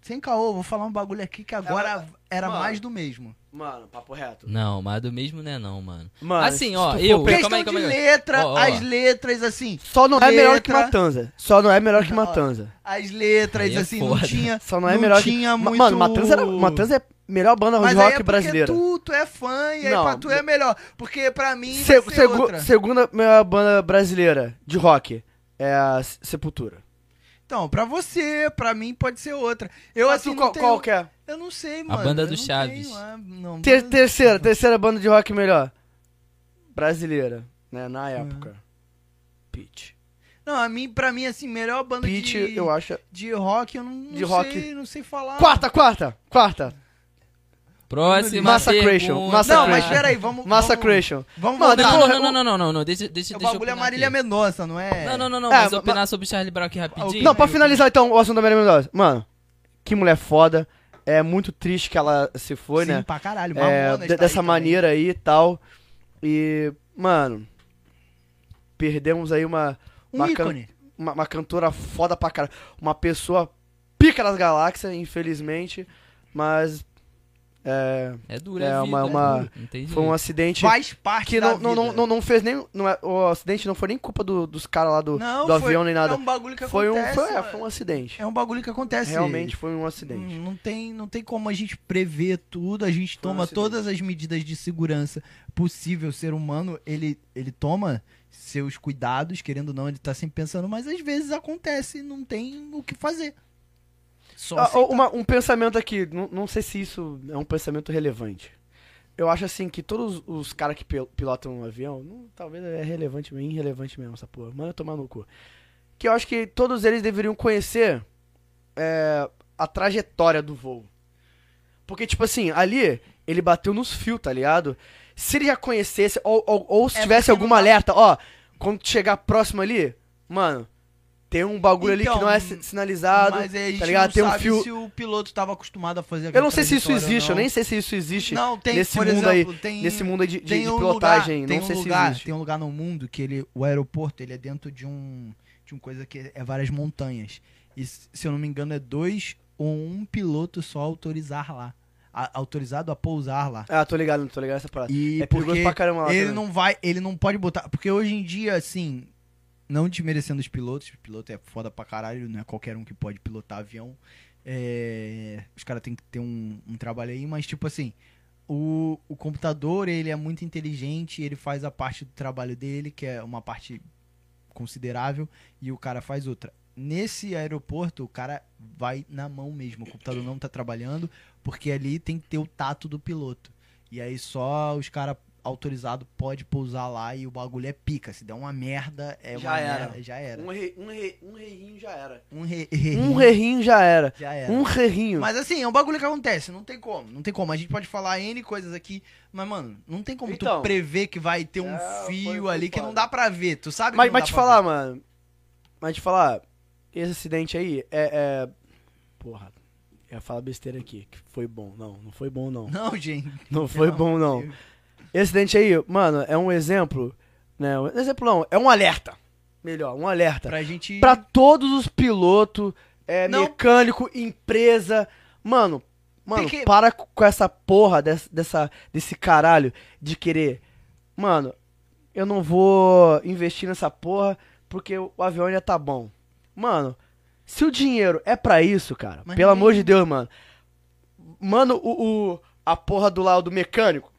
Sem caô, vou falar um bagulho aqui que agora era Mano. mais do mesmo. Mano, papo reto. Não, mas do mesmo não é não, mano. Mano, Assim, se ó, tu for eu- pe- Questão calma aí, calma de aí. letra, Ó, ó. as letras assim. Só não é melhor que Letra. Matanza. Só não é melhor que Ó, Matanza. as letras, Aí é assim, não foda. tinha. Só não é melhor que- tinha Ma- muito. Mano, Matanza, era, Matanza é a melhor banda de Mas aí é rock porque brasileira. Tu, tu é fã e aí Não. pra tu é melhor. Porque pra mim. vai Se- ser segu- outra. segunda melhor banda brasileira de rock é a Se- Sepultura. Então, pra você, pra mim pode ser outra. Eu Ah, assim. tu, não qual, tenho- qual que é? Eu não sei, mano. banda eu do não Chaves. tenho, ah, não, Ter- banda- terceira, terceira banda de rock melhor. Brasileira, né? Na Uhum. época. Peach. Não, a mim, pra mim, assim, melhor banda Peach, de, eu acho. de rock, eu não, não de sei, rock. não sei falar. Quarta, quarta! Quarta! Próxima Massacration, pergunta. Não, Massacration. mas peraí, vamos. Massacration. Vamos, vamos Mano, voltar. Não, não, Porra, não, não, não, não, não, não, deixa, deixa, O deixa eu bagulho é opinar Marília aqui. Mendonça, não é? Não, não, não, não, É, mas ma- opinar sobre Charlie Brown aqui rapidinho. né? Não, pra finalizar então o assunto da Maria Mendonça. Mano, que mulher foda. É muito triste que ela se foi, Sim, né? pra caralho. É, Mamonas de- tá aí dessa também. maneira aí e tal. E, mano, perdemos aí uma, Um uma, can- ícone. uma, uma cantora foda pra caralho. Uma pessoa pica das galáxias, infelizmente. Mas é, É dura, É a vida, uma- uma- dura, não tem foi um jeito. acidente Faz parte que da não, não, vida. não, não, não fez nem. Não é, o acidente não foi nem culpa do- dos caras lá do, Não, do foi- avião nem nada. É um bagulho que foi, um, acontece. foi, é, mano. foi um acidente. É um bagulho que acontece. Tipo, Realmente foi um acidente. Não, não tem, não tem como a gente prever tudo, a gente Foi um toma acidente. todas as medidas de segurança possível. O ser humano, ele, ele toma seus cuidados, querendo ou não, ele tá sempre pensando, mas às vezes acontece e não tem o que fazer. Só Ah, aceitar. uma- um pensamento aqui, não, não sei se isso é um pensamento relevante. eu acho assim que todos os caras que pil- pilotam um avião, não- talvez é relevante, meio irrelevante mesmo essa porra. Manda tomar no cu. Que eu acho que todos eles deveriam conhecer é, a trajetória do voo. Porque, tipo assim, ali ele bateu nos fios, tá ligado? Se ele já conhecesse, ou, ou- ou se É, tivesse porque algum não dá- alerta, ó, quando tu chegar próximo ali, mano, tem um bagulho ali Então, que não é si- sinalizado, Mas aí a gente tá ligado? não tem um sabe fio. se o piloto tava acostumado a fazer Eu não sei se isso trajetória ou existe, eu não. nem sei se isso existe Não, tem, nesse por mundo aí. exemplo, tem- nesse mundo aí de, de- tem de um pilotagem, lugar- não tem sei um se lugar, existe. Tem um lugar no mundo que ele, o aeroporto, ele é dentro de um de uma coisa que é várias montanhas. E se se eu não me engano é dois ou um piloto só autorizar lá, a- autorizado a pousar lá. Ah, tô ligado, tô ligado essa parada. um E é perigoso porque pra caramba lá. ele também. não vai, ele não pode botar, porque hoje em dia assim, não desmerecendo os pilotos, o piloto é foda pra caralho, não é qualquer um que pode pilotar avião. É, os caras têm que ter um, um trabalho aí, mas tipo assim, o, o computador ele é muito inteligente, ele faz a parte do trabalho dele, que é uma parte considerável, e o cara faz outra. Nesse aeroporto, o cara vai na mão mesmo, o computador não tá trabalhando, porque ali tem que ter o tato do piloto. E aí só os caras autorizados pode pousar lá e o bagulho é pica. Se der uma merda, é Já uma era. merda. Já era. Um, re, um, re, um reirinho já era. Um re- re- Um reirinho já era. já era. Um reirinho. Mas assim, é um bagulho que acontece, não tem como, não tem como. A gente pode falar N coisas aqui, mas mano, não tem como Então. tu prever que vai ter um É, foi- fio foi ali que não foda. dá pra ver, tu sabe? que Mas, não mas dá te pra falar, mano. Mas te falar, esse acidente aí é. é- Porra, eu ia falar besteira aqui. Que foi bom. Não, não foi bom, não. ver. Não, gente. Não foi bom, não. Esse acidente aí, mano, é um exemplo. Né? Um exemplo não, é um alerta. Melhor, um alerta. Pra gente Pra todos os pilotos, é, Não. mecânico, empresa. Mano, mano, Tem que- para c- com essa porra dessa, dessa, desse caralho de querer. Mano, eu não vou investir nessa porra porque o avião já tá bom. Mano, se o dinheiro é pra isso, cara, Mas pelo ninguém- amor de Deus, mano. Mano, o, o- a porra do lado do mecânico,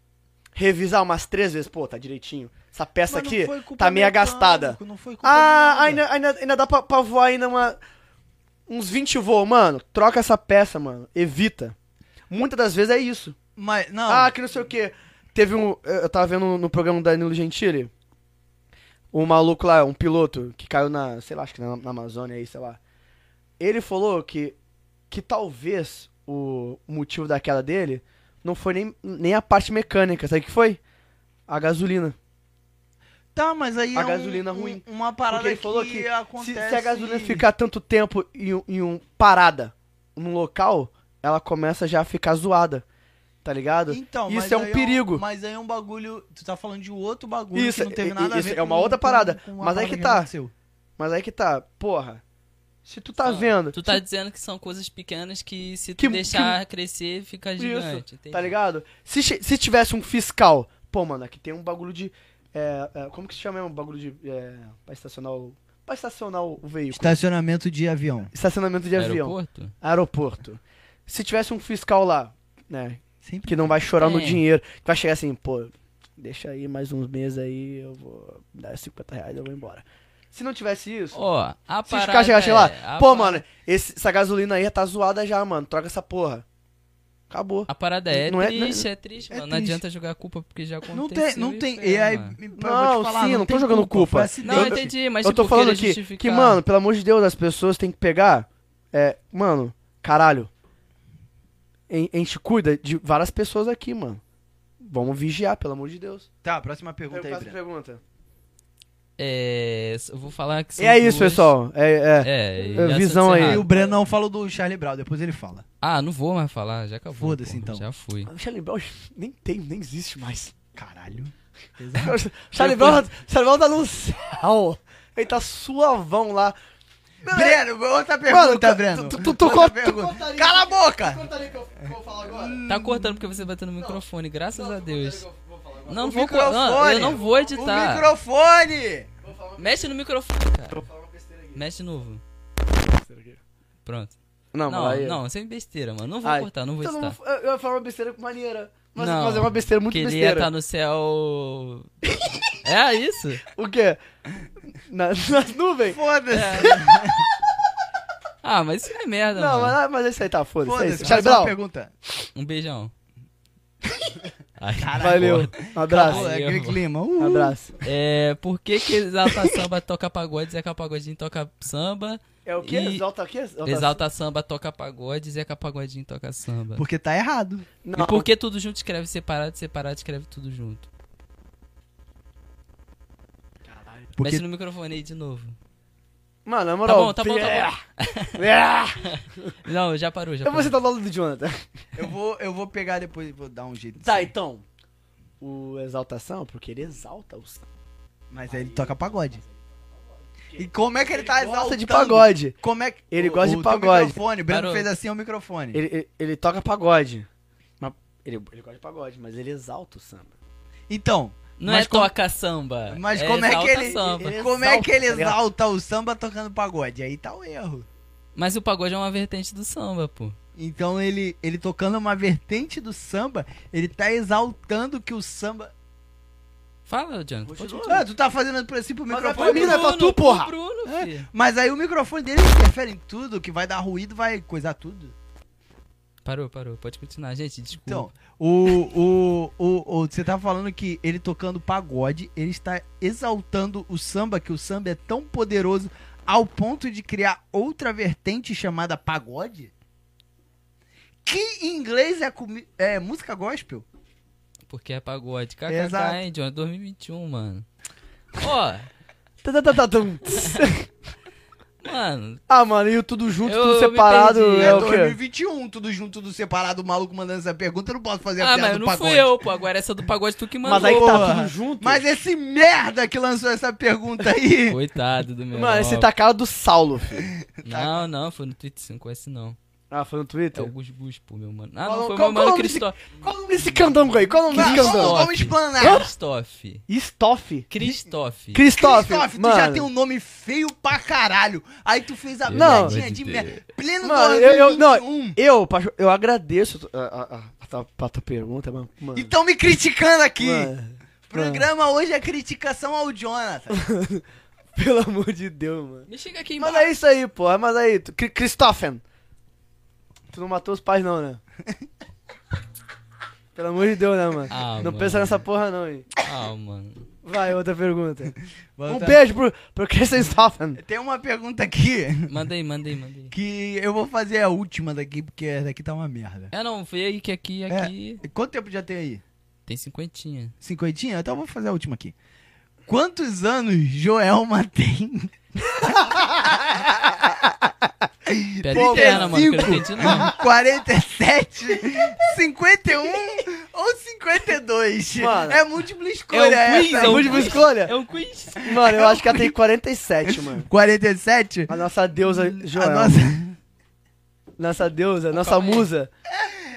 revisar umas três vezes, pô, tá direitinho. Essa peça Mas não aqui foi culpa tá meio mecânico, gastada. Não foi culpa Ah, nada. ainda, ainda, ainda dá pra, pra voar ainda uma, uns 20 voos, mano. Troca essa peça, mano. Evita. Muitas das vezes é isso. Mas não. Ah, que não sei o que. Teve um. Eu eu tava vendo no programa do Danilo Gentili. Um maluco lá, um piloto que caiu na. Sei lá, acho que na, na Amazônia aí, sei lá. Ele falou que. Que talvez o motivo da queda dele não foi nem, nem a parte mecânica. Sabe o que foi? A gasolina. tá, mas aí a é um- gasolina um- ruim. uma parada Porque ele falou que que, se- se Se, acontece. se a gasolina ficar tanto tempo em, um- em um parada num local, ela começa já a ficar zoada. Tá ligado? Então, Isso mas é um aí perigo. mas aí é um bagulho. Tu tá falando de outro bagulho Isso, que não teve e- nada a isso ver é uma com- outra com- parada. com a Mas aí parada que que tá. aconteceu. Mas aí que tá, porra. Se tu tá Ah, vendo, Tu tá se- dizendo que são coisas pequenas que se tu Que- deixar crescer, fica Isso, gigante. tá entendi. ligado? Se, che- se tivesse um fiscal, pô, mano, aqui tem um bagulho de. é, é, como que se chama mesmo? Bagulho de. É, pra estacionar o. Pra estacionar o, o veículo. Estacionamento de avião. Estacionamento de avião. Aeroporto? Aeroporto. Se tivesse um fiscal lá, né? Sempre Que não vai chorar no É. dinheiro. Que vai chegar assim, pô, deixa aí mais uns meses aí, eu vou dar 50 reais eu vou embora. Se não tivesse isso. Ó, a Se os parada caras chegassem lá, é- a pô, par- mano, esse- essa gasolina aí tá zoada já, mano. Troca essa porra. Acabou. A parada é Não é- triste, é, triste, é mano. Não triste. adianta jogar a culpa porque já aconteceu. Não tem, não e tem. foi, E aí, mano. eu vou te Não, sim, eu não tô tem jogando culpa. foi acidente. Não, entendi, mas eu tô tipo, falando querer que, justificar- que, mano, pelo amor de Deus, as pessoas têm que pegar. É, mano, caralho. En- A gente cuida de várias pessoas aqui, mano. Vamos vigiar, pelo amor de Deus. Tá, próxima pergunta aí, Breno. pergunta. É, eu vou falar que são E é isso, duas- pessoal. É, é. É, e É, já visão são aí. E encerradas. o Breno não falou do Charlie Brown, depois ele fala. Ah, não vou mais falar, já acabou. Foda-se, pô, então. Já fui. Ah, Charlie Brown nem tem, nem existe mais. Caralho. Charlie Brown, Charlie Brown tá no céu. Ele tá suavão lá. Breno, outra Mano, é pergunta, tu- Breno. tu- tu- tu Outra corta- pergunta. tu- Cala a boca! Contaria que eu vou falar agora? Tá cortando porque você bateu no microfone, graças a Deus. Contaria que eu vou falar agora? Não, O vou co- não, eu não vou O editar. microfone! Vou falar uma- Mexe no microfone, cara. vou falar uma besteira aqui. Mexe de novo. Pronto. Não, Não, aí- não, sem besteira, mano. Não vou Ai, cortar, não vou Então não editar. vou- eu, eu ia falar uma besteira maneira. Mas, Não, mas é uma besteira muito que ele ia besteira. tá estar no céu. é isso? tá- O quê? Na- nas nuvens? É. Foda-se. Ah, mas isso é merda, Não, ah, mano. mas, mas é isso aí tá, foda-se. é isso. Foda-se. Um Charlie Próxima Brown, pergunta. Um beijão. Aí, Valeu. Um abraço. Pô, é aquele Valeu. clima. Um Uh, abraço. É, por que que Exalta Samba toca pagode, Zeca Pagodinho toca samba, É o quê? E- Exalta o quê? Exalta. Exalta Samba toca pagode, Zeca Pagodinho toca samba? Porque tá errado. Não. E por que tudo junto escreve separado, separado escreve tudo junto? Porque Mexe no microfone aí de novo. Mano, na moral. bom, tá bom, tá bom. É. Não, já parou, já Eu vou parou. sentar do lado do Jonathan. eu vou, eu vou pegar depois e vou dar um jeito. Tá, disso. então. O exaltação, porque ele exalta o samba. Mas aí ele toca pagode. E como é que ele tá Exalta exaltando? de pagode. Como é que... Ele o- gosta de o teu pagode. microfone. O Breno Parou. fez assim ao microfone. Ele, ele, ele toca pagode. Mas ele, ele gosta de pagode, mas ele exalta o samba. Então, Não Mas é como- toca samba. mas como é que Exalta ele- Samba. ele- como é que ele exalta, tá ligado? exalta o samba tocando pagode? Aí tá o erro. Mas o pagode é uma vertente do samba, pô. Então ele, ele tocando uma vertente do samba, ele tá exaltando que o samba. Fala, Jonathan. pode Ah, tu tá fazendo por assim pro Mas microfone. pra mim não é pra pro tu, porra. Bruno, É, filho. Mas aí o microfone dele interfere em tudo, que vai dar ruído, vai coisar tudo. Parou, parou. Pode continuar, gente. Desculpa. Então, o, o, o, o- você tá falando que ele tocando pagode, ele está exaltando o samba, que o samba é tão poderoso ao ponto de criar outra vertente chamada pagode? Que em inglês é, comi- é música gospel? Porque é pagode. KKK, Exato. hein, Jonathan? 2021, mano. Ó, Tá, tá, tá, tá, tum. mano. ah, mano, e o tudo junto, Eu- tudo eu me separado. perdi. É É o quê? 2021, tudo junto, tudo separado, o maluco mandando essa pergunta, eu não posso é fazer a Ah, piada mas do não pagode. fui eu, pô. Agora essa do pagode tu que mandou. Mas aí que tá Porra. tudo junto. Mas é- esse merda que lançou essa pergunta aí. Coitado do meu. Mano, esse tá a cara do Saulo, filho. Não, não, foi no Twitter 5 esse não. Ah, foi no É Twitter? o Gus Gus, pô, meu mano. Ah, Qual- não, foi qual- meu qual o mano nome desse- Christoph. Qual o nome desse candango aí? Qual o nome Não, desse vamos, candango? vamos explanar. Christoph. Christoph. Christoph. Christoph, Christoph, tu mano. já tem um nome feio pra caralho. Aí tu fez a Não. piadinha de merda. Pleno Mano, eu, eu, não, 2021. eu, Pacho, eu agradeço a, a, a- a tua- a tua pergunta, mano. mano, E tão Então me criticando aqui. mano, Programa hoje é criticação ao Jonathan. pelo amor de Deus, mano. Me chega aqui Mas embaixo. é isso aí, pô. Mas aí, tu, Cri- Christophen. Tu não matou os pais, não, né? Pelo amor de Deus, né, mano? Ah, não mano. pensa nessa porra, não, hein? Ah, mano. Vai, outra pergunta. Vamos um tá- beijo pro, pro Christophen. Tem uma pergunta aqui Manda aí, manda aí, manda aí. que eu vou fazer a última daqui, porque essa daqui tá uma merda. É, não, vê aí que aqui, É. aqui. Quanto tempo já tem aí? Tem cinquentinha. Cinquentinha? Então eu vou fazer a última aqui. Quantos anos Joelma tem? Piada Pô, interna, mano, que eu não 45. entendi Ah, não. 47, 51 ou 52? Mano, é múltipla escolha é um quiz, essa. é um Múltipla quiz. escolha? É um quiz. Mano, eu acho que ela tem 47, mano. 47? A nossa deusa A Joelma. nossa... Nossa deusa, nossa musa,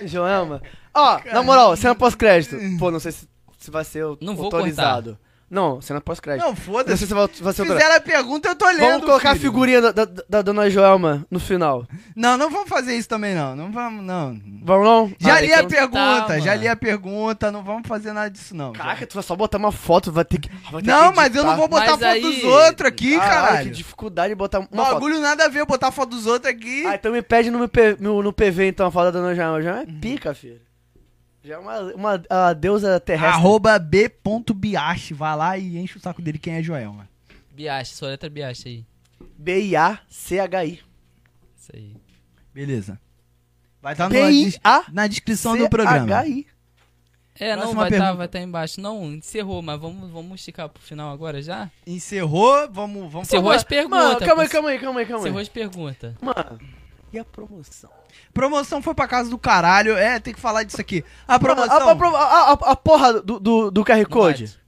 Joelma. Ó, na moral, cena pós-crédito. Pô, não sei se, se vai ser au- Não vou autorizado. Não, cena pós-crédito. Não, Não, sei foda-se. se vai, se vai ser autorizado. Fizeram a pergunta, eu tô lendo. Vamos colocar a filho. figurinha da, da, da dona Joelma no final. Não, não vamos fazer isso também, não. Não vamos, não. Vamos não? Já Ah, li tem a que pergunta, contar, já mano. li a pergunta. Não vamos fazer nada disso, não. Caraca, tu vai só botar uma foto, vai ter que. ah, vai ter não, que mas eu não editar. vou botar Mas foto aí- dos outros aqui, Caralho, caralho. Que dificuldade de botar uma foto. Bagulho nada a ver botar foto dos outros aqui. Ah, então me pede no, meu P- no, no PV, então, a foto da dona Joelma. Joelma é Uhum. pica, filho. Já é uma, uma a deusa terrestre. Arroba b.biache, vai lá e enche o saco dele quem é Joelma. Biache, sua letra Biache aí. B-I-A-C-H-I. Isso aí. Beleza. Vai estar B-I-A. na descrição do programa. CHI. É, não, Próxima vai estar pergunta. vai tá embaixo. Não, encerrou, mas vamos, vamos esticar pro final agora já? Encerrou, vamos, vamos Encerrou falar. as perguntas. Mano, calma aí, pô. calma aí, calma aí, calma Encerrou aí. as perguntas. Mano, e a promoção? Promoção foi pra casa do caralho. É, tem que falar disso aqui. A Mano, promoção. a, a- a- a porra do, do, do QR Code.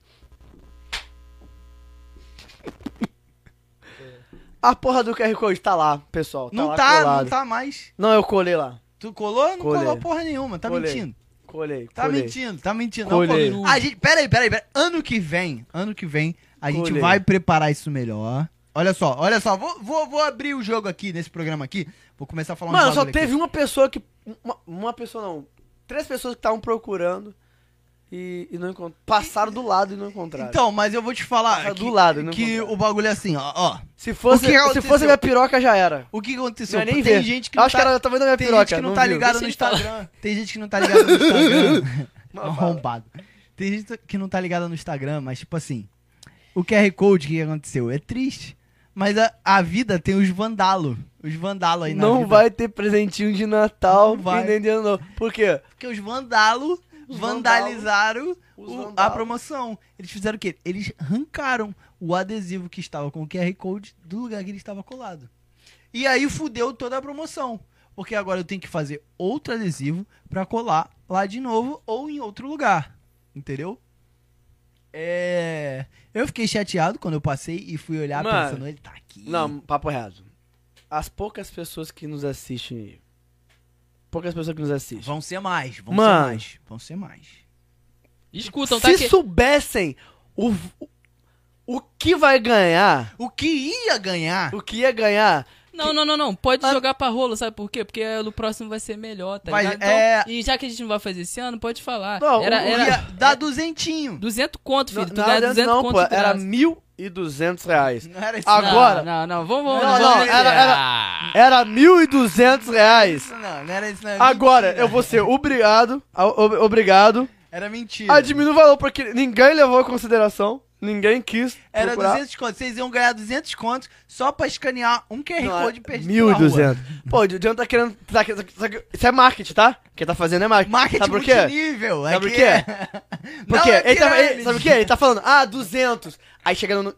A porra do QR Code tá lá, pessoal. Tá não lá tá, colado. não tá mais. Não, eu colei lá. Tu colou? Não Colei. colou porra nenhuma. Tá Colei. mentindo. Colei, Tá colei. mentindo, tá mentindo. Colei. Não, colou. a gente, peraí, peraí, peraí. Ano que vem, ano que vem, a gente Colei. vai preparar isso melhor. Olha só, olha só, vou, vou, vou abrir o jogo aqui nesse programa aqui. Vou começar a falar Mano, uns só bagulho aqui. teve uma pessoa que... Uma, uma pessoa não. Três pessoas que estavam procurando e, e não encontraram. Passaram do lado e não encontraram. Então, mas eu vou te falar Tá do que, lado, não que vou- o bagulho é assim, ó, ó. se fosse, o que se aconteceu? fosse minha piroca, já era. O que aconteceu? Não ia nem tem ver. gente que Eu não acho tá, que ela tava vendo minha tem piroca. gente que não, não tá viu. ligada Deixa no ele falar. Instagram. Tem gente que não tá ligada no Instagram. Arrombado. Tem gente que não tá ligada no Instagram, mas tipo assim, o QR Code que aconteceu é triste, mas a, a vida tem os vandalo, os vandalo aí na não vida. vai ter presentinho de Natal Não vai. e nem de ano novo. Por quê? Porque os vandalo Os vandalizaram Os o- a vandalo. promoção. Eles fizeram o quê? Eles arrancaram o adesivo que estava com o QR Code do lugar que ele estava colado. E aí fudeu toda a promoção. Porque agora eu tenho que fazer outro adesivo pra colar lá de novo ou em outro lugar. Entendeu? É. Eu fiquei chateado quando eu passei e fui olhar Mano, pensando, ele tá aqui. Não, papo errado. As poucas pessoas que nos assistem. Poucas pessoas que nos assistem. Vão ser mais, vão ser Mano. mais. Vão ser mais. Escutam, tá Se aqui. soubessem o, o que vai ganhar, O que ia ganhar? o que ia ganhar, Não, não, não, não. Pode jogar pra rolo, sabe por quê? Porque eh, no próximo vai ser melhor, tá Vai- ligado? Então, é- E já que a gente não vai fazer esse ano, pode falar. Não, era, o- era Ia dar duzentinho. 200 conto, filho. na- tu na ganha verdade 200 não, conto pô, de era graça. 1.200 reais. Não era isso. Agora- Não, não, não. Vamos, vamos. Ah. Não, vamos não, era- era- Era 1.200 reais. Não, não, não era isso, não. é Era Agora, mentira. eu vou ser obrigado, a- ob- obrigado, Era mentira. a diminuir o valor, porque ninguém levou em consideração, ninguém quis Era procurar. 200 contos. Vocês iam ganhar 200 contos só pra escanear um QR Não, é Code perdido. na rua. 1.200. Pô, o Dion tá querendo. tá- tá- tá- isso é marketing, tá? Quem tá fazendo é marketing. Marketing sabe por quê? multinível. Sabe é por quê? Não, Porque é ele tá, pirâmide. ele- sabe o que? Ele tá falando, ah, 200. Aí chegando no,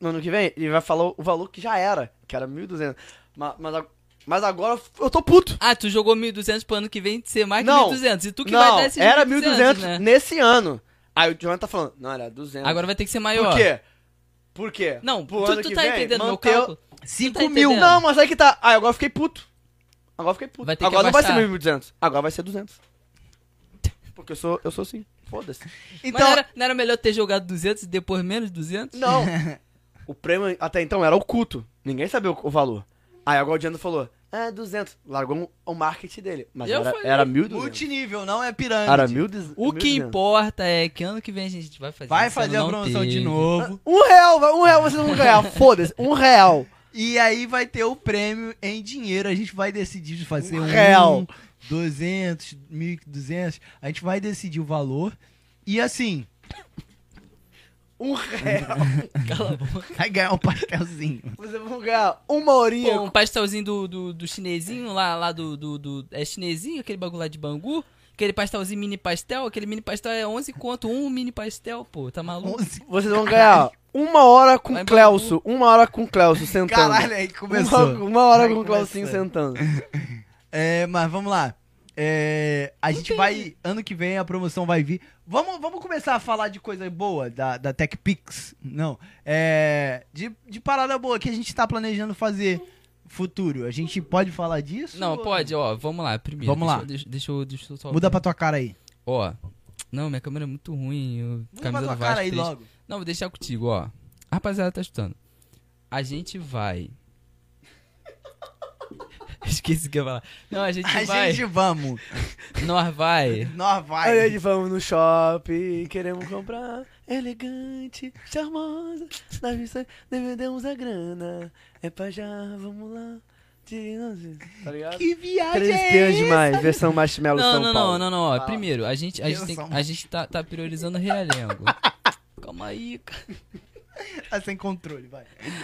no ano que vem, ele vai falar o valor que já era, que era 1.200. Mas, mas, a- mas agora eu tô puto. Ah, tu jogou 1.200 pro ano que vem ser mais que Não. 1.200. E tu que não, vai dar esses era 1.200 né? nesse ano. Aí o John tá falando, não, era 200. Agora vai ter que ser maior. Por quê? Por quê? Não, Pro tu, ano tu que tá vem, entendendo meu manteu- cálculo? 5 tá mil. entendendo? Não, mas aí que tá. Ah, agora eu fiquei puto. Agora eu fiquei puto. Vai ter que agora não vai ser abaixar. 1.200. Agora vai ser 200. Porque eu sou, eu sou assim. Foda-se. Mas não Então, era, não era melhor ter jogado 200 e depois menos 200? Não. o prêmio até então era oculto. Ninguém sabia o, o valor. Aí agora o Diandro falou, é 200. Largou o marketing dele. Mas Eu era, falei, era 1.200. multinível, não é pirâmide. Era 1.200. O que importa é que ano que vem a gente vai fazer. Vai esse ano fazer a não promoção de teve. novo. Um real, vai, um real vocês vão ganhar. Foda-se, um real. E aí vai ter o prêmio em dinheiro. A gente vai decidir de fazer um. Real. 200, 1.200. A gente vai decidir o valor. E assim, Um real. Cala a boca. vai ganhar um pastelzinho. Vocês vão ganhar uma horinha. Pô, um pastelzinho do, do, do chinesinho lá, lá do, do, do- É chinesinho, aquele bagulho lá de Bangu? Aquele pastelzinho mini pastel? Aquele mini pastel é 11 conto, um mini pastel, pô. Tá maluco? 11 Vocês vão ganhar uma hora com Vai, um- o Cleuso. Uma hora com o Cleuso sentando. Caralho, aí começou. uma, uma hora Aí com o Cleusinho começou. sentando. É, mas vamos lá. É, a gente vai. Ano que vem a promoção vai vir. Vamos, vamos começar a falar de coisa boa da, da TechPix. Não. É, de, de parada boa que a gente tá planejando fazer futuro. A gente pode falar disso? Não, pode, ó, vamos lá, primeiro. Vamos deixa, lá. eu- Deixa, deixa eu, deixa eu só. Muda pra tua cara aí. Ó. Não, minha câmera é muito ruim. Eu... Muda pra camisa tua do Vasco, cara aí triste. logo. Não, vou deixar contigo, ó. A rapaziada tá estudando. A gente vai. Esqueci o que eu ia falar. Não, a gente A vai. gente vamos. Nós vai. Nós Aí a vai. gente vamos no shopping, queremos comprar elegante, charmosa, na vista devemos a grana, é pra já, vamos lá. de- Tá ligado? Que viagem! é Três espiãs demais, versão marshmallow Não, São não, Paulo. não, não, não. Ó, Fala. primeiro, a gente, a Eu gente, tem- sou um- a gente tá, tá priorizando o Realengo. Calma aí, cara. Tá sem controle, vai.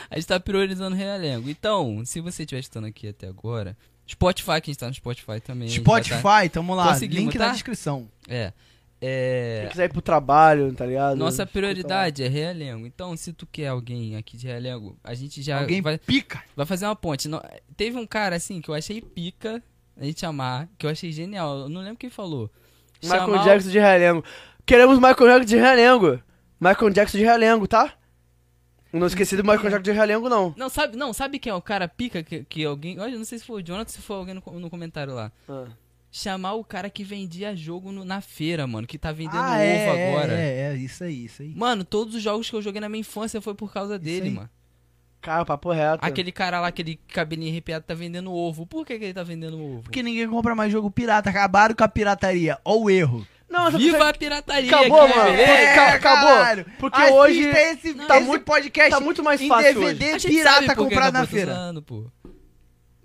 A gente tá priorizando o Realengo. Então, se você estiver estando aqui até agora, Spotify, que a gente tá no Spotify também. a gente vai tá- Spotify, tamo lá. Conseguimos, Link na tá? descrição. É. Se É. quiser ir pro trabalho, tá ligado? Nossa prioridade é Realengo. Então, se tu quer alguém aqui de Realengo, a gente já Alguém vai. pica. Vai fazer uma ponte. Não- teve um cara assim que eu achei pica, a gente chamar, que eu achei genial. Eu não lembro quem falou. Michael Chamar o- Jackson de Realengo. Queremos Michael Jackson de Realengo. Michael Jackson de Realengo, tá? Não esqueci do é? Michael Jackson de Realengo, não. Não, sabe, não, sabe quem é o cara pica que, que alguém. Olha, eu não sei se foi o Jonathan, se foi alguém no, co- no comentário lá. Ah. Chamar o cara que vendia jogo no- na feira, mano, que tá vendendo ovo é, agora. É, é, isso aí, isso aí. Mano, todos os jogos que eu joguei na minha infância foi por causa dele, aí. mano. Cara, papo reto. Aquele cara lá, aquele cabelinho arrepiado, tá vendendo ovo. Por que, que ele tá vendendo ovo? Porque ninguém compra mais jogo pirata, acabaram com a pirataria. Ó o erro. Não, essa Viva pessoa- a pirataria! Acabou, que mano. beleza. É, ca- acabou. Porque Assista hoje esse, tá esse muito- podcast tá muito mais em fácil DVD A gente sabe pirata por que tá comprado acabou na feira. usando, pô.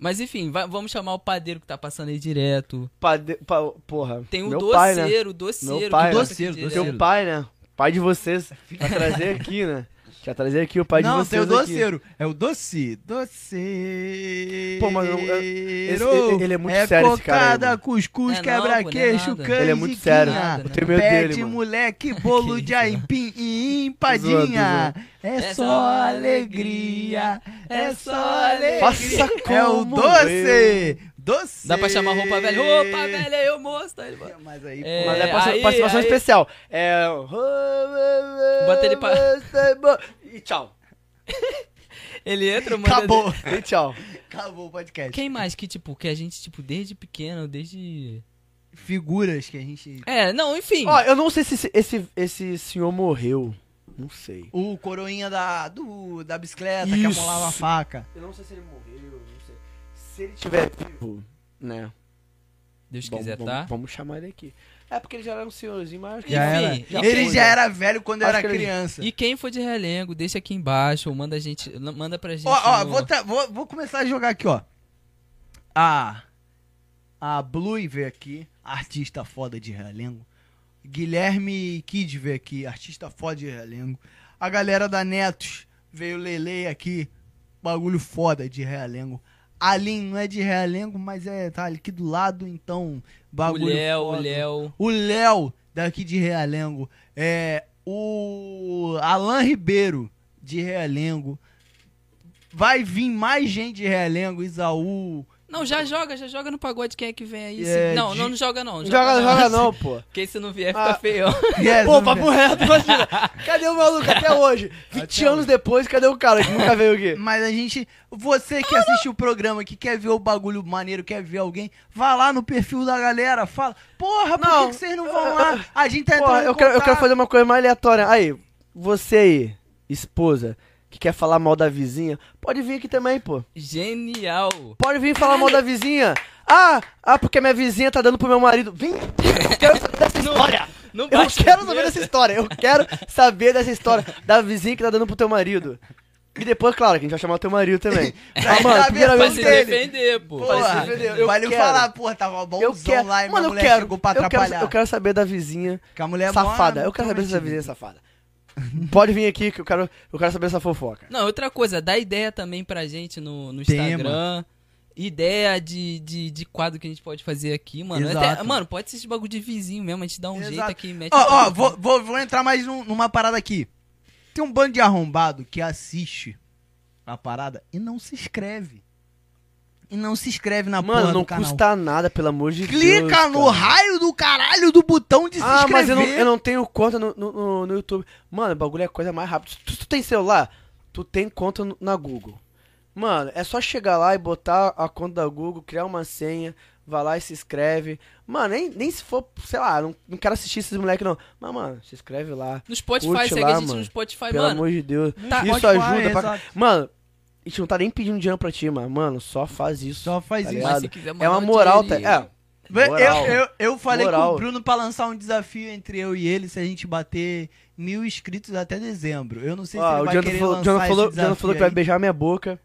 Mas enfim, va- vamos chamar o padeiro que tá passando aí direto. Pade... pa- Porra. Tem um o meu doceiro, pai, né? o doceiro. Meu que pai, né? passa aqui Doceiro, direto. Seu pai, né? Pai de vocês. Pra trazer aqui, né? Pra trazer aqui o pai de não, vocês. tem o aqui. doceiro. É o doce. Doceiro. Pô, mas eu- eu- esse- ele- ele é muito sério, esse cara aí, cocada, mano. cuscuz, É não, quebra-queixo, pô, não é nada. canjiquinha. Ele é muito sério. nada, eu né? tenho medo Pede, dele, mano. moleque, bolo Que de isso, aipim e Zoando, empadinha. zoando. É só alegria, é só alegria. Faça É o como eu. doce, doce. Dá pra chamar roupa velha. Roupa velha, eu moço. Tá, ele bota. Mas aí, É, Mas é, aí, parça- participação aí. especial. É. Bota ele pra. E tchau. Ele entra, manda... acabou. E tchau. Acabou o podcast. Quem mais que, tipo, que a gente, tipo, desde pequeno, desde... Figuras que a gente... É, não, enfim. Ó, eu não sei se esse, esse, esse senhor morreu. Não sei. O coroinha da, do, da bicicleta que Isso. amolava a faca. Eu não sei se ele morreu, não sei. Se ele tiver vivo, né? Deus Vamos- quiser, vamos- tá? Vamos chamar ele aqui. É porque ele já era um senhorzinho, mas acho que Já Enfim, era. já é ele foi, já né? era velho quando eu Acho era que ele- criança. E quem for de relengo, deixa aqui embaixo, ou manda a gente, não, manda pra gente. Ó, ó, no- vou, um tra- vou, vou começar a jogar aqui, ó. A. A Blue veio aqui, artista foda de Realengo. Guilherme Kid veio aqui, artista foda de Realengo. A galera da Netos veio Lele aqui, bagulho foda de Realengo. Alin não é de Realengo, mas é tá aqui do lado, então o bagulho Léo, o foda. Léo. O Léo, daqui de Realengo. É, o Alan Ribeiro, de Realengo. Vai vir mais gente de Realengo, Isaú. Não, já joga, já joga no pagode quem é que vem aí. É, se- não, de- não, não joga não. Joga, joga não, pô. Quem se não vier fica Ah. é. feio. Yes, Pô, não papo vem. reto, imagina. Cadê o maluco até hoje? 20 anos depois, cadê o cara que nunca veio aqui? Mas a gente. Você que assiste o programa, que quer ver o bagulho maneiro, quer ver alguém, vá lá no perfil da galera, fala. Porra, por Não. que que vocês não vão lá? A gente tá Pô, entrando. em eu quero, eu quero contato. fazer uma coisa mais aleatória. Aí, você aí, esposa, que quer falar mal da vizinha, pode vir aqui também, pô. Genial. Pode vir falar mal da vizinha. Ah, ah, porque minha vizinha tá dando pro meu marido. Vem, eu quero saber dessa história. Não Eu bate quero punheta. saber dessa história. Eu quero saber dessa história da vizinha que tá dando pro teu marido. E depois, claro, que a gente vai chamar o teu marido também. Ah, mano, saber Pra primeira vez dessa se que dele. defender, pô. Porra. Pra se defender. eu valeu quero. falar, porra, tava bonzão Eu quero. lá e minha Mano, eu mulher quero. chegou pra eu, quero, atrapalhar. eu quero saber da vizinha Que a mulher é né? safada. mó- eu quero saber dessa prometido. vizinha safada. Pode vir aqui que eu quero, eu quero saber dessa fofoca. Não, outra coisa, dá ideia também pra gente no, no Tema. Instagram. Ideia de, de, de quadro que a gente pode fazer aqui, mano. Exato. Até- mano, pode ser esse bagulho de vizinho mesmo, a gente dá um jeito Exato. aqui e mete. Ó, ó, tudo. vou, vou, vou entrar mais num- numa parada aqui. Tem um bando de arrombado que assiste a parada e não se inscreve. E não se inscreve na porra Mano, não do canal. custa nada, pelo amor de Deus. Clica no cara. raio do caralho do botão de se Ah, inscrever. mas eu não, eu não tenho conta no, no- no- no YouTube. Mano, o bagulho é a coisa mais rápida. Tu, tu tem celular? Tu tem conta no- na Google. Mano, é só chegar lá e botar a conta da Google, criar uma senha, vai lá e se inscreve. Mano, nem, nem se for, sei lá, não, não quero assistir esses moleques não. Mas, mano, se inscreve lá. No Spotify, curte segue lá, a gente mano. no Spotify, Pelo mano. amor de Deus. Tá, isso Spotify, ajuda pra. exato. Mano, a gente não tá nem pedindo dinheiro pra ti, mano. Mano, só faz isso. Só faz tá isso. ligado? se quiser mandar É uma um moral, tá? dinheirinho. É. Vê, Moral. Eu, eu, eu falei com Moral. o Bruno pra lançar um desafio entre eu e ele se a gente bater mil inscritos até dezembro. Eu não sei se Ó, ele Ah, o vai Jonathan querer falou, lançar Jonathan esse falou, desafio Jonathan falou que vai aí. beijar minha boca.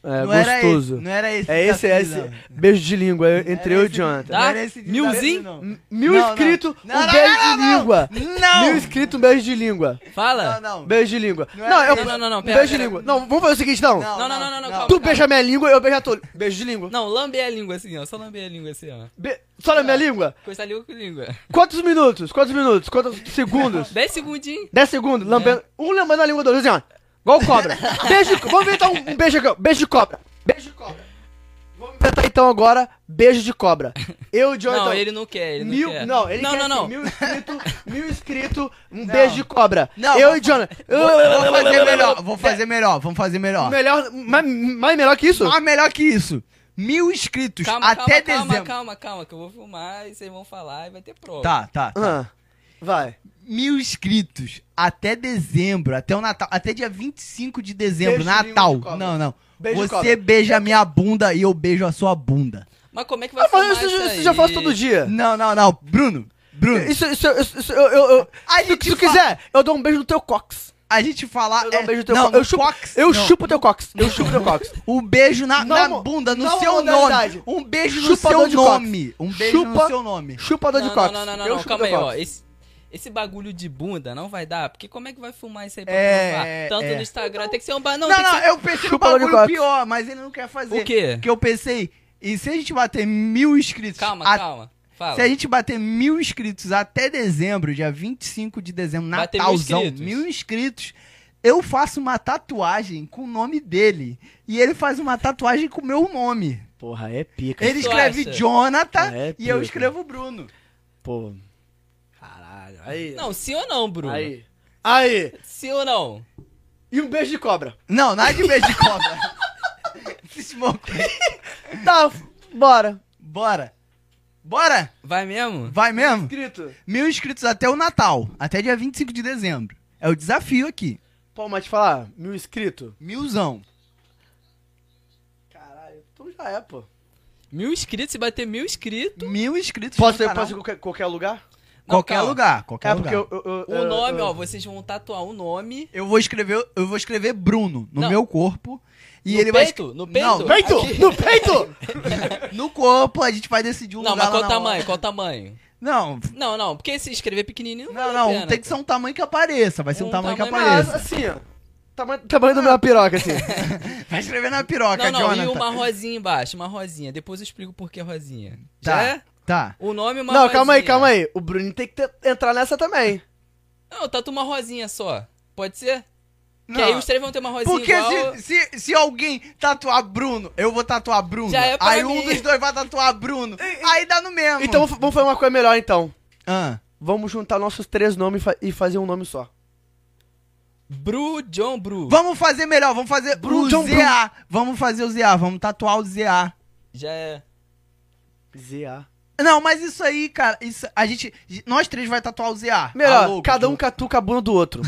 É, não era gostoso. esse, não era esse. é esse, é esse. desafio, não. Beijo de língua é, entre Era eu e esse- Jonathan. Tá? não era esse desafio, Milzinho? não. M- Mil Não, não. inscritos, Não, um não, beijo não, de não, língua. Não! Mil inscritos, um beijo de língua. Fala. Não, não. Beijo de língua. Não Não, era eu, esse. Não, não, não, um pera, beijo de pera. língua. Não, vamos fazer o seguinte, não. Não, não, não, não, não, tu calma. beija minha língua, eu beijo a tua. Beijo de língua. Não, lambe a língua assim, ó. Só lambe a língua assim, ó. Be- Só na minha língua? Coisa língua com língua. Quantos minutos? Quantos minutos? Quantos segundos? 10 segundinhos. 10 segundos, lambendo. Um lambendo a língua do outro, assim, ó. Igual cobra. Beijo de co- Vamos inventar um, um beijo aqui, ó. Beijo de cobra. Beijo de cobra. Vamos inventar então agora, beijo de cobra. Eu e o Jonathan. Não, ele não quer, ele não então, mil, quer. Não, ele não, quer não, não. assim, mil inscritos, mil inscritos, um beijo de cobra. Não, eu vou- e o Jonathan. Vou fazer melhor, vou É. fazer melhor, vamos fazer melhor. Melhor, mais, mais melhor que isso? Mas melhor que isso. Mil inscritos Calma, calma, até calma, dezembro. calma, calma, que eu vou filmar e vocês vão falar e vai ter prova. Tá, tá. tá. Ah, vai. Mil inscritos até dezembro, até o Natal, até dia 25 de dezembro, Beijo de Natal. língua de cobra. Não, não. Beijo de Você cobra. beija a minha bunda e eu beijo a sua bunda. Mas como é que vai Ah, filmar mas isso, isso já- aí? isso já faço todo dia. Não, não, não. Bruno, Bruno. É, Isso, isso, isso, isso- eu, eu, eu- A se gente tu fa- quiser, eu dou um beijo no teu cox. a gente falar. Eu dou é- um beijo no teu não, cox. eu chupo, cox, Eu não. chupo teu cox. Eu chupo teu cox. O Um beijo na, Não na mo- bunda, no não seu modalidade. nome. Um beijo no Chupador seu de cox. nome. Um beijo Chupa- no seu nome. Chupador Não, de cox. Não, não, não, eu não, chupo calma aí, teu ó. cox. Esse, esse bagulho de bunda não vai dar, porque como é que vai filmar isso aí pra É, provar? Tanto é. no Instagram, tem que ser um ba... Não, Não, tem não, que ser... eu pensei no Chupador de bagulho cox. pior, mas ele não quer fazer. O quê? Porque eu pensei, e se a gente bater mil inscritos. Calma, a- calma. Fala. Se a gente bater mil inscritos até dezembro, dia 25 de dezembro, Bater mil Natalzão, mil inscritos. inscritos. eu faço uma tatuagem com o nome dele. E ele faz uma tatuagem com o meu nome. Porra, é pica. Ele tu escreve acha? Jonathan É, e eu pica. escrevo Bruno. Pô. Caralho. Aí. Não, sim ou não, Bruno? Aí. Aí. Sim ou não? E um beijo de cobra. Não, nada de beijo de cobra. Esse maluco. Tá, bora. Bora. Bora? Vai mesmo? Vai mesmo? Grito. Mil inscritos até o Natal, até dia 25 de dezembro. É o desafio aqui. Pô, mas te falar, mil inscrito? Milzão. Caralho, então já é, pô. Mil inscritos, se bater mil inscritos. Mil inscritos Posso no ir, canal. posso ir qualquer, qualquer lugar? Não, Qualquer calma. lugar, qualquer É, lugar. porque eu. eu- eu- O eu- nome, eu- ó, vocês vão tatuar o nome. Eu vou escrever, eu vou escrever Bruno no Não. meu corpo e No ele peito? vai No peito? Não, Peito! Aqui. No peito! no corpo a gente vai decidir um não, mas lugar lá qual o na tamanho? hora. Qual o tamanho? Não, Não, não, porque se escrever é pequenininho não não, vale a não, pena, tem que ser um tamanho que apareça, vai ser um, Um tamanho, que tamanho Mas apareça. assim, ó. Tamanho, tamanho do meu piroca, assim. Vai escrever na piroca, Não, não, Jonathan. e uma rosinha embaixo, uma rosinha. Depois eu explico por que rosinha. Tá. Já é? Tá. O nome e uma Não, rosinha. calma aí, calma aí. O Bruno tem que ter- entrar nessa também. Não, tatua uma rosinha só. Pode ser? Não. Que aí os três vão ter uma rosinha Porque igual... se, se, se alguém tatuar Bruno, eu vou tatuar Bruno. Já é pra aí um mim. dos dois vai tatuar Bruno. Aí dá no mesmo. Então f- vamos fazer uma coisa melhor, então. Ah, Vamos juntar nossos três nomes e fa- e fazer um nome só. Bru, John Bru. vamos fazer melhor, vamos fazer Bruno, Então, o John Bruno. ZA. Vamos fazer o ZA, vamos tatuar o ZA. Já é. ZA. Não, mas isso aí, cara, isso, a gente. Nós três vai tatuar o Tá ZA. Melhor, Alô, cada um Gugu. catuca a bunda do outro.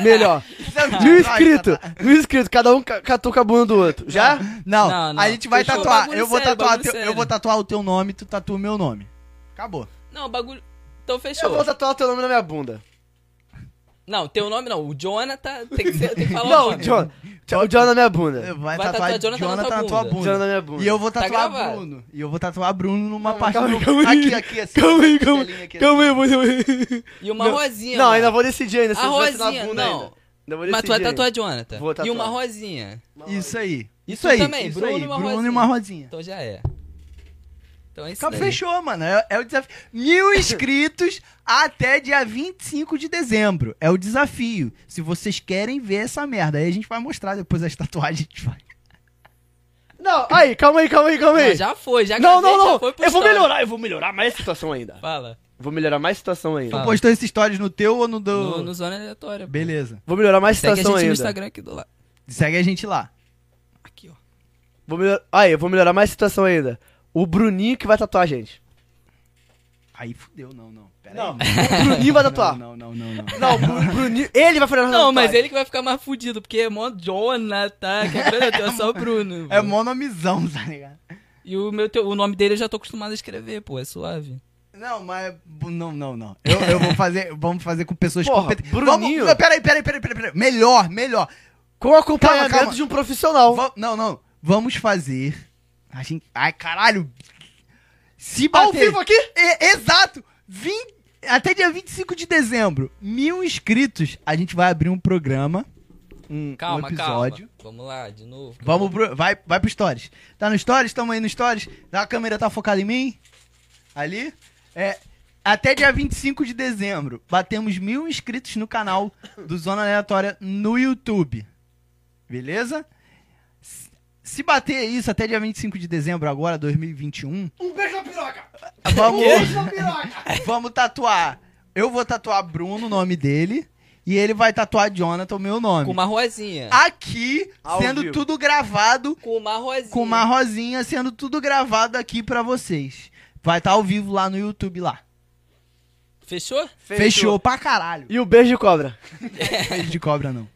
Melhor. Isso é Mil verdade, inscrito, cara. mil inscrito, cada um ca- catuca a bunda do outro. Já? Não, Não, não. a gente vai Fechou. tatuar. Bagulho Eu vou sério, tatuar, bagulho teu- eu sério. vou tatuar o teu nome, tu tatua o meu nome. Acabou. Não, bagulho... Então Eu fechou. vou tatuar teu nome na minha bunda. Não, teu nome não. O Jonathan tem que, ser, tem que falar o Não, nome. John. John- John na minha bunda. Vai, É. tatuar tatuar Jonathan na Jonathan tua na tua bunda. John na bunda. minha bunda. E eu vou Tá tatuar gravado. Bruno. E eu vou tatuar Bruno numa parte calma do aí, calma aí. Aqui, aqui, assim. Calma aí, essa calma linha aqui, assim. Calma aí, eu vou- eu vou- E uma Não. rosinha. Não, mano. ainda vou decidir ainda. se A eu fosse na rosinha, bunda não. ainda. Ainda vou Mas tu vai decidir tatuar Jonathan. Vou E uma tatuar. rosinha. assim. Isso aí. Isso tu aí. também, isso Bruno aí. e uma Bruno e rosinha. uma rodinha. Então já é. Então Tá é isso Acabou, aí. fechou, mano. É, é o desafio. Mil inscritos até dia 25 de dezembro. É o desafio. Se vocês querem ver essa merda, aí a gente vai mostrar depois as tatuagens. que a gente faz. Não, aí, calma aí, calma aí, calma aí. Não, já foi, já Não, gravei, não, já não. foi pro Eu vou story. melhorar, eu vou melhorar mais a situação ainda. Fala. Vou melhorar mais a situação Tu ainda. Fala. postou esses stories no teu ou no do. No, no Zona Aleatória. pô. Beleza. Vou melhorar mais a Segue a gente situação no ainda. Instagram aqui do lado. Segue a gente lá. Aqui, ó. Vou melhor... Aí, eu vou melhorar mais a situação ainda. O Bruninho que vai tatuar a gente. Aí fudeu, não, não. Pera Não, aí. o Bruninho vai tatuar. Não, não, não, não. não. Não, o Bru- Bruninho. Ele vai fazer a nossa Não, mas tatuagem. ele que vai ficar mais fudido, porque é mó Jonathan, que agora é só o Bruno. É mano. monomizão, tá ligado? E o, meu, teu- o nome dele eu já tô acostumado a escrever, pô, é suave. Não, mas. Não, não, não. Eu, eu vou fazer. Vamos fazer com pessoas Porra, competentes. Bruninho. Vamos... Peraí, peraí, peraí, peraí, peraí. Melhor, melhor. Com o acompanhamento Calma, calma. de um profissional. Va- não, não. Vamos fazer. A gente. Ai, caralho! Se Ao bater. vivo aqui? E- exato! Vim- até dia 25 de dezembro, mil inscritos, a gente vai abrir um programa. Um, um Calma, episódio. calma. Vamos lá, de novo. Vamos pro. Vai, vai pro Stories. Tá no Stories? Tamo aí no Stories. A câmera tá focada em mim. Ali. É. Até dia 25 de dezembro, batemos mil inscritos no canal do Zona Aleatória no YouTube. Beleza? Se- Se bater isso até dia 25 de dezembro, agora, 2021, Um beijo na piroca! Um vamos, beijo na piroca! vamos tatuar. Eu vou tatuar Bruno, o nome dele, e ele vai tatuar Jonathan, o meu nome. Com uma rosinha. Ah, Aqui, Ao sendo vivo. tudo gravado Com uma rosinha. com uma rosinha sendo tudo gravado aqui pra vocês. Vai estar ao vivo lá no YouTube lá. Fechou? Fechou, pra caralho. E o beijo de cobra. Beijo de cobra não.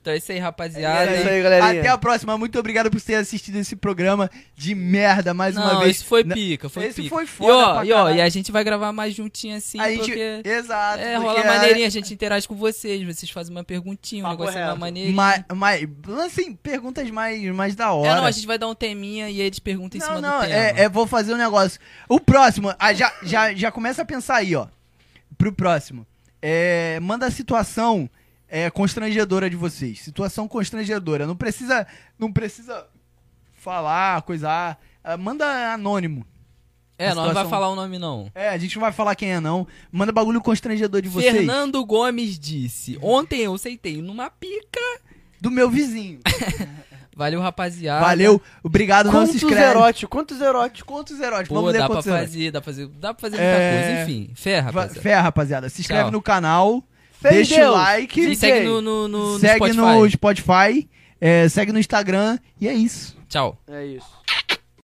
Então é isso aí, rapaziada. É isso aí, galerinha. Até a próxima. Muito obrigado por ter assistido esse programa de merda mais Não, uma vez. isso foi Na- pica, foi Esse pica. foi e ó, foda e ó, pra e a gente vai gravar mais juntinho assim, a gente... porque... Exato. É, rola porque a- maneirinha, a gente interage com vocês, vocês fazem uma perguntinha, um Papo negócio reto. uma maneirinha. Mas, mas, lancem perguntas mais, mais da hora. É, não, a gente vai dar um teminha e eles perguntam em Não, cima não, do tema. é, é, vou fazer um negócio. O próximo, ah, já, já, já começa a pensar aí, ó. Pro próximo. É, manda a situação é, constrangedora de vocês. Situação constrangedora. Não precisa, não precisa falar, coisar. Ah, manda anônimo. É, a não, não vai situação- falar o nome não. É, a gente não vai falar quem é, não. Manda bagulho constrangedor de vocês. Fernando Gomes disse: Ontem eu sentei numa pica. Do meu vizinho. Valeu, rapaziada. Valeu, obrigado, não se Quantos inscreve. eróticos, quantos eróticos. Contos eróticos. Pô, Vamos ler dá pra contos eróticos. fazer, dá pra fazer, dá pra fazer muita É. coisa. Enfim, fé, Va- rapaziada. Fé, rapaziada. Se inscreve Tchau. no canal. Fé em deixa o Deus. like. Me segue no, no, no, no segue Spotify. no Spotify, é, segue no Instagram e é isso. Tchau. É isso.